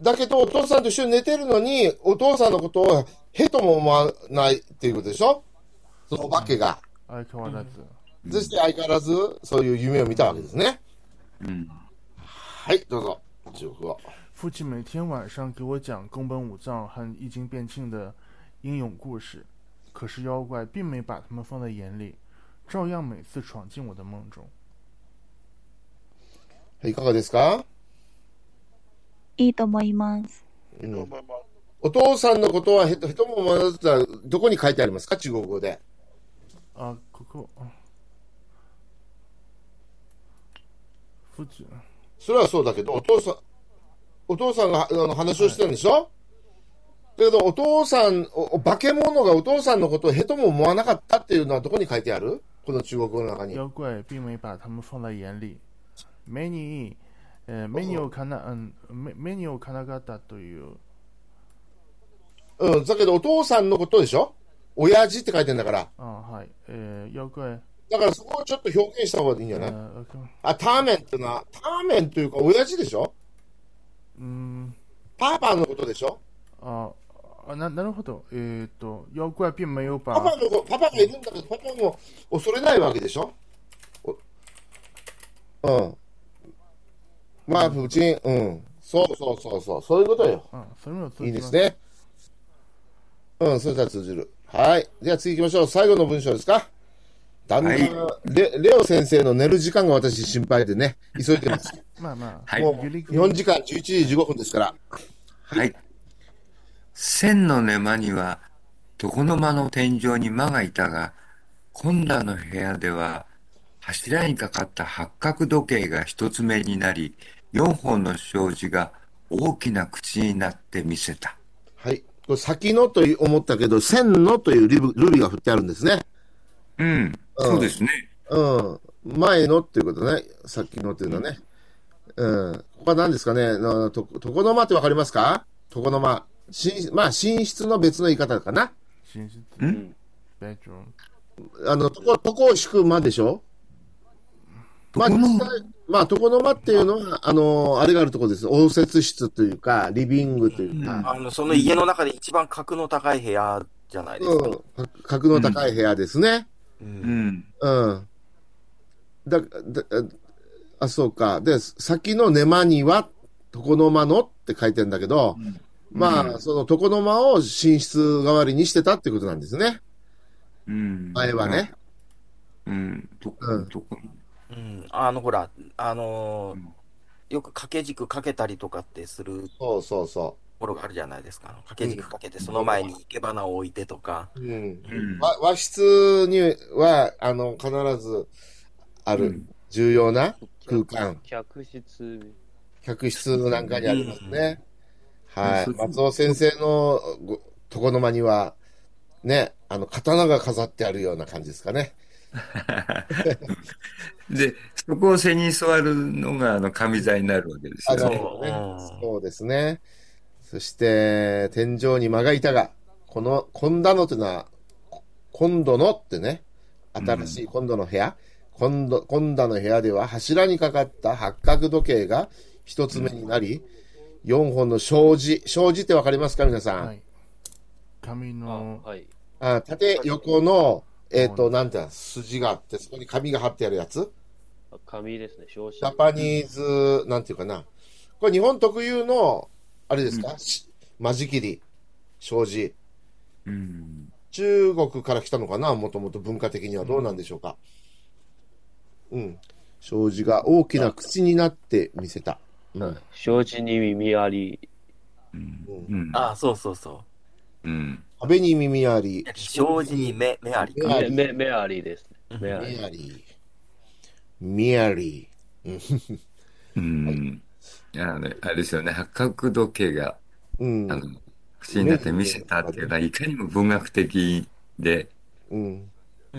Speaker 1: だけど、お父さんと一緒に寝てるのに、お父さんのことをへとも思わないっていうことでしょそのお化けが。
Speaker 6: 相変わらず。
Speaker 1: そして相変わらず、そういう夢を見たわけですね。
Speaker 3: うん。
Speaker 1: はい、どうぞ。中国語。
Speaker 6: 父亲每天晚上给我讲宫本武藏和易经变庆的英勇故事，可是妖怪并没把他们放在眼里，照样每次闯进我的梦中。
Speaker 1: いかがですか、
Speaker 8: いいと思います。
Speaker 1: う、
Speaker 5: どうん思います
Speaker 1: お父さんのことはへとへとも思わないってのはどこに書いてありますか中国語で。
Speaker 6: 啊，可可，啊父亲，
Speaker 1: それはそうだけど、お父さん、お父さんがあの話をしてるんでしょ、だけど、お父さん、おお化け物がお父さんのことをへとも思わなかったっていうのはどこに書いてあるこの中国語の中に。
Speaker 6: 妖怪并没把他们放在眼里。目に、えー目にをかな、うん、目目にをかなかったという。
Speaker 1: うん、だけど、お父さんのことでしょ親父って書いてんだから。
Speaker 6: あ、はい。えー妖怪、
Speaker 1: だからそこをちょっと表現した方がいいんじゃ
Speaker 6: え
Speaker 1: ない、
Speaker 6: ー、OK
Speaker 1: あ、ターメンっていうのは、ターメンというか、親父でしょ
Speaker 6: うん、
Speaker 1: パパのことでしょ
Speaker 6: あ、あななるほど。えっ、と、妖怪并没有把
Speaker 1: パパのこ、パパがいるんだけど、パパも恐れないわけでしょおうん。まあ、プーチン、うん。そうそうそうそう、そういうことよ。
Speaker 6: あ、それも通
Speaker 1: いい
Speaker 6: じ
Speaker 1: で
Speaker 6: ますす。
Speaker 1: ね。うん、それでは通じる。はい。では次行きましょう。最後の文章ですかだんだん、
Speaker 3: はい
Speaker 1: レレオ先生の寝る時間が私心配でね、急いでます。
Speaker 6: まあま あ。
Speaker 3: はい。
Speaker 1: もう、日本時間11時15分ですから。
Speaker 3: はい。千の寝間には、床の間の天井に間がいたが、本田の部屋では、柱にかかった八角時計が一つ目になり、四本の障子が大きな口になって見せた。
Speaker 1: はい。これ先のと思ったけど、千のというルビルビが振ってあるんですね。
Speaker 3: うん、そうですね。
Speaker 1: うん。前のっていうことね。さっきのっていうのはね。うん。ここは何ですかね。あのと床の間ってわかりますか床の間。寝まあ、寝室の別の言い方かな。
Speaker 6: 寝室
Speaker 3: ん
Speaker 6: bedroom。
Speaker 1: あの、床、床を敷く間でしょまあ、
Speaker 3: 床の
Speaker 1: 実際、まあ、床の間っていうのは、あの、あれがあるところです。応接室というか、リビングというか、
Speaker 2: あの、その家の中で一番格の高い部屋じゃないです
Speaker 1: う
Speaker 2: か。
Speaker 1: ん。格の高い部屋ですね。
Speaker 2: うん
Speaker 3: うん、
Speaker 1: うん。だ、だ、あ、そうか。で、先の寝間には、床の間のって書いてんだけど、まあ、その床の間を寝室代わりにしてたってことなんですね。
Speaker 3: うん。
Speaker 1: 前はね。
Speaker 3: うん、と
Speaker 1: うん
Speaker 3: とこ
Speaker 2: うん、あの、ほら、あのー
Speaker 3: うん
Speaker 2: よく掛け軸かけたりとかってすると
Speaker 1: そうそうそ
Speaker 2: ころがあるじゃないですか。掛け軸かけて、その前に生け花を置いてとか。
Speaker 1: う。うん。
Speaker 3: うん
Speaker 1: 和和室には、あの、必ずあ
Speaker 3: う
Speaker 1: る
Speaker 3: ん
Speaker 1: 重要な空間、
Speaker 4: 客室、
Speaker 1: 客室なんかにありますね。は
Speaker 3: う
Speaker 1: い。
Speaker 3: ん
Speaker 1: 松尾先生のご床の間には、ね、あの、刀が飾ってあるような感じですかね。
Speaker 3: で、そこを背に座るのが、あの、上座になるわけです
Speaker 1: あ
Speaker 3: よ
Speaker 1: な
Speaker 3: ね
Speaker 1: る。ほど
Speaker 2: うん
Speaker 1: ね。そうですね。そして、天井に間がいたが、この、今度のというのは、こ今度のってね、新しい今度の部屋、今度、今度の部屋では柱にかかった八角時計が一つ目になり、四本の障子、障子ってわかりますか皆さん。
Speaker 6: はい。髪
Speaker 4: あ
Speaker 6: の、
Speaker 4: はい。
Speaker 1: あ縦横の、えっ、
Speaker 6: は
Speaker 1: と、なんていうの筋があって、そこに紙が貼ってあるやつ。
Speaker 4: 紙ですね、照
Speaker 1: ジャ
Speaker 4: 射。
Speaker 1: パニーズ、なんていうかな。これ日本特有の、あれですか、し間仕切り、障子。
Speaker 3: うん。
Speaker 1: 中国から来たのかなもともと文化的にはどうなんでしょうか。うん。障子が大きな口になって見せた。うん。
Speaker 4: 障子に耳あり、
Speaker 1: うん
Speaker 3: うん。
Speaker 2: あ、そうそうそ
Speaker 3: うん。
Speaker 1: 壁に耳あり
Speaker 2: う。、障子に目、目ありか。
Speaker 1: 目あ
Speaker 4: 目
Speaker 1: り
Speaker 4: 目目ありですね。目あり
Speaker 1: 耳。あり、耳あり。
Speaker 3: うん。あのあれですよね、八角時計が、
Speaker 1: うん
Speaker 3: あ。の、口になって見せたっていうのは、いかにも文学的で
Speaker 1: うん。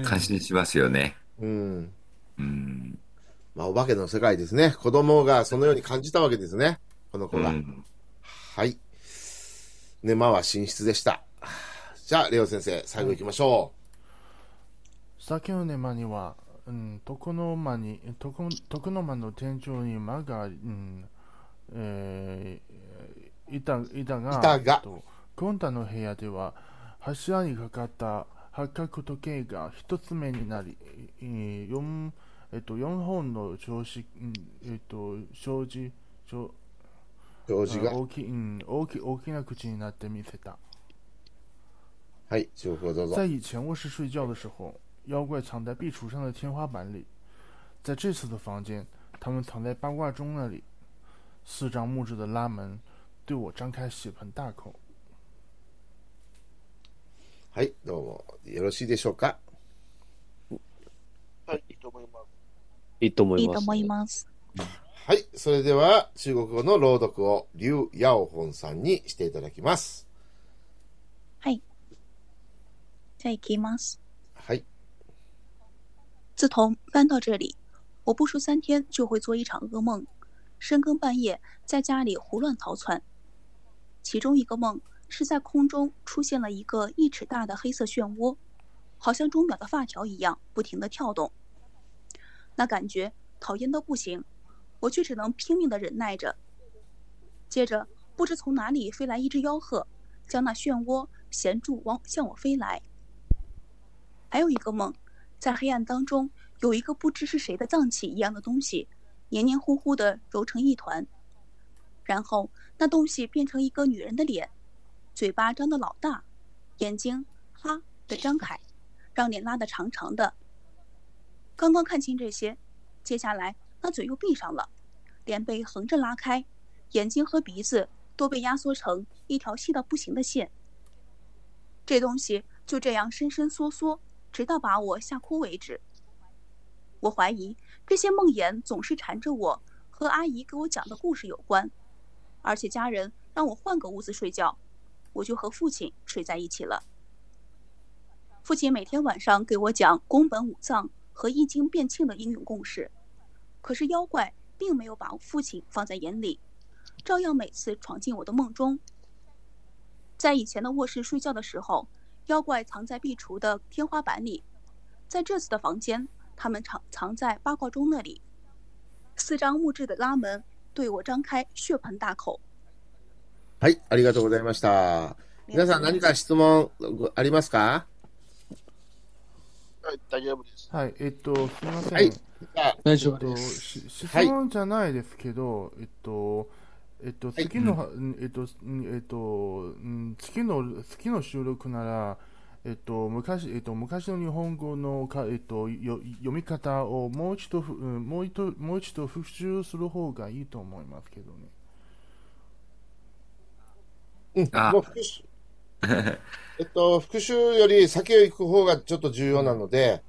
Speaker 3: 感心しますよね。
Speaker 1: うん。
Speaker 3: うん。
Speaker 1: まあ、お化けの世界ですね。子供がそのように感じたわけですね。この子
Speaker 3: う
Speaker 1: が。
Speaker 3: ん。
Speaker 1: はい。ね、まあは寝室でした。じゃあ、レオ先生、最後行きましょ
Speaker 6: 酒の根間には、うん、床の間に床床の間の天井に間があり、うんえー、板板が
Speaker 1: 板が
Speaker 6: えっとゴンダの部屋では柱にかかった八角時計が一つ目になり、えー四えっと、四本の障子、うんえっと、障子障
Speaker 1: 表示が
Speaker 6: あ。大きい、うん、大き大きな口になって見せた。
Speaker 1: はい、情報どうぞ
Speaker 6: 在。以前卧室睡觉的时候，妖怪藏在壁橱上的天花板里。在这次的房间，他们藏在八卦钟那里。四张木质的拉门对我张开血盆大口。
Speaker 1: はい、どうも。よろしいでしょうか。
Speaker 5: はい、いいと思います。
Speaker 4: いいと思
Speaker 8: い
Speaker 4: い
Speaker 8: い
Speaker 4: ま
Speaker 8: と
Speaker 4: す。
Speaker 8: 思います。
Speaker 1: はい、それでは中国語の朗読を劉ヤオホンさんにしていただきます。
Speaker 8: じゃあ行きます。
Speaker 1: はい、
Speaker 8: 自从搬到这里，我不出三天就会做一场噩梦，深更半夜在家里胡乱逃窜。其中一个梦是在空中出现了一个一尺大的黑色漩涡，好像钟表的发条一样不停地跳动。那感觉讨厌到不行，我却只能拼命地忍耐着。接着，不知从哪里飞来一只吆喝，将那漩涡衔住往向我飞来。还有一个梦。在黑暗当中，有一个不知是谁的脏器一样的东西，黏黏糊糊的揉成一团，然后那东西变成一个女人的脸，嘴巴张得老大，眼睛哈的张开，让脸拉得长长的。刚刚看清这些，接下来那嘴又闭上了，脸被横着拉开，眼睛和鼻子都被压缩成一条细到不行的线。这东西就这样伸伸缩缩，直到把我吓哭为止。我怀疑这些梦魇总是缠着我，和阿姨给我讲的故事有关，而且家人让我换个屋子睡觉，我就和父亲睡在一起了。父亲每天晚上给我讲宫本武藏和易经变庆的英勇故事，可是妖怪并没有把父亲放在眼里，照样每次闯进我的梦中。在以前的卧室睡觉的时候，妖怪藏在壁橱的天花板里，在这次的房间，他们藏藏在八卦钟那里。四张木质的拉门对我张开血盆大口。
Speaker 1: はい、ありがとうございました。皆さん何か質問ありますか
Speaker 5: はい、大丈夫です。
Speaker 6: はい、えっと、すみません。
Speaker 1: はい
Speaker 6: えっ
Speaker 1: じゃあ
Speaker 7: 大丈夫
Speaker 6: と、
Speaker 7: です。
Speaker 6: し質
Speaker 1: はい
Speaker 6: 問じゃないですけど、えっと、えっと、次のは、うんえっと、うんえっと、うん次の、次の収録なら、えっと、昔、えっと、昔の日本語のか、えっと、よ読み方をもう一度ふ、うんもう一度、もう一度復習する方がいいと思いますけどね。
Speaker 1: うん、
Speaker 3: あ
Speaker 1: もう復習えっと、復習より先を行く方がちょっと重要なので、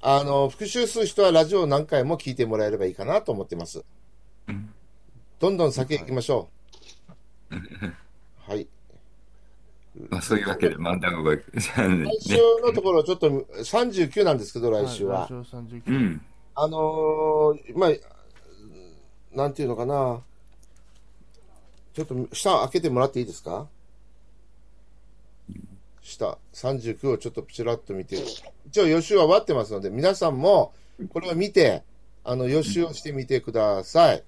Speaker 1: あの、復習する人はラジオを何回も聞いてもらえればいいかなと思ってます
Speaker 3: うん。
Speaker 1: どんどん先へ行きましょう。はい。
Speaker 3: まあそういうわけで、漫談が、じゃあね
Speaker 1: 来週のところ、ちょっと39なんですけど、来週は。
Speaker 6: い、来週39
Speaker 3: うん。
Speaker 1: あのー、まあ、なんていうのかな。ちょっと下開けてもらっていいですか下、39をちょっとちらっと見て、一応予習は終わってますので、皆さんもこれを見て、あの予習をしてみてください。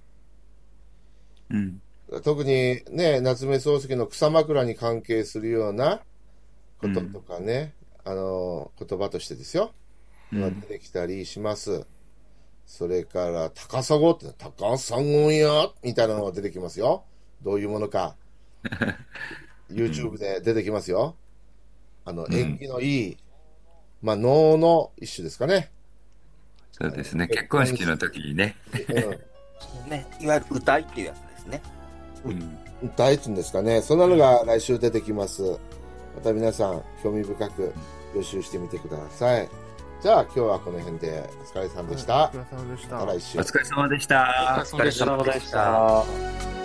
Speaker 3: うん。
Speaker 1: 特にね、夏目漱石の草枕に関係するようなこととかね、あのー、言葉としてですよ。が出てきたりします。それから、高砂って、高砂やみたいなのが出てきますよ。どういうものか。YouTube で出てきますよ。あの、
Speaker 3: ん
Speaker 1: 縁起のいい、まあ、能の一種ですかね。
Speaker 3: そうですね。結婚式の時にね。
Speaker 2: ね、いわゆる歌いっていうやつですね。
Speaker 3: うん。
Speaker 1: うん、大地ですかね。そんなのが来週出てきます。また皆さん、興味深く予習してみてください。じゃあ、今日はこの辺で、お疲れさんでした
Speaker 6: お疲。れ様でし
Speaker 1: また
Speaker 6: た。
Speaker 1: 来週
Speaker 3: お。疲れ様でした。
Speaker 7: お疲れ様でした
Speaker 3: お疲れ様でした。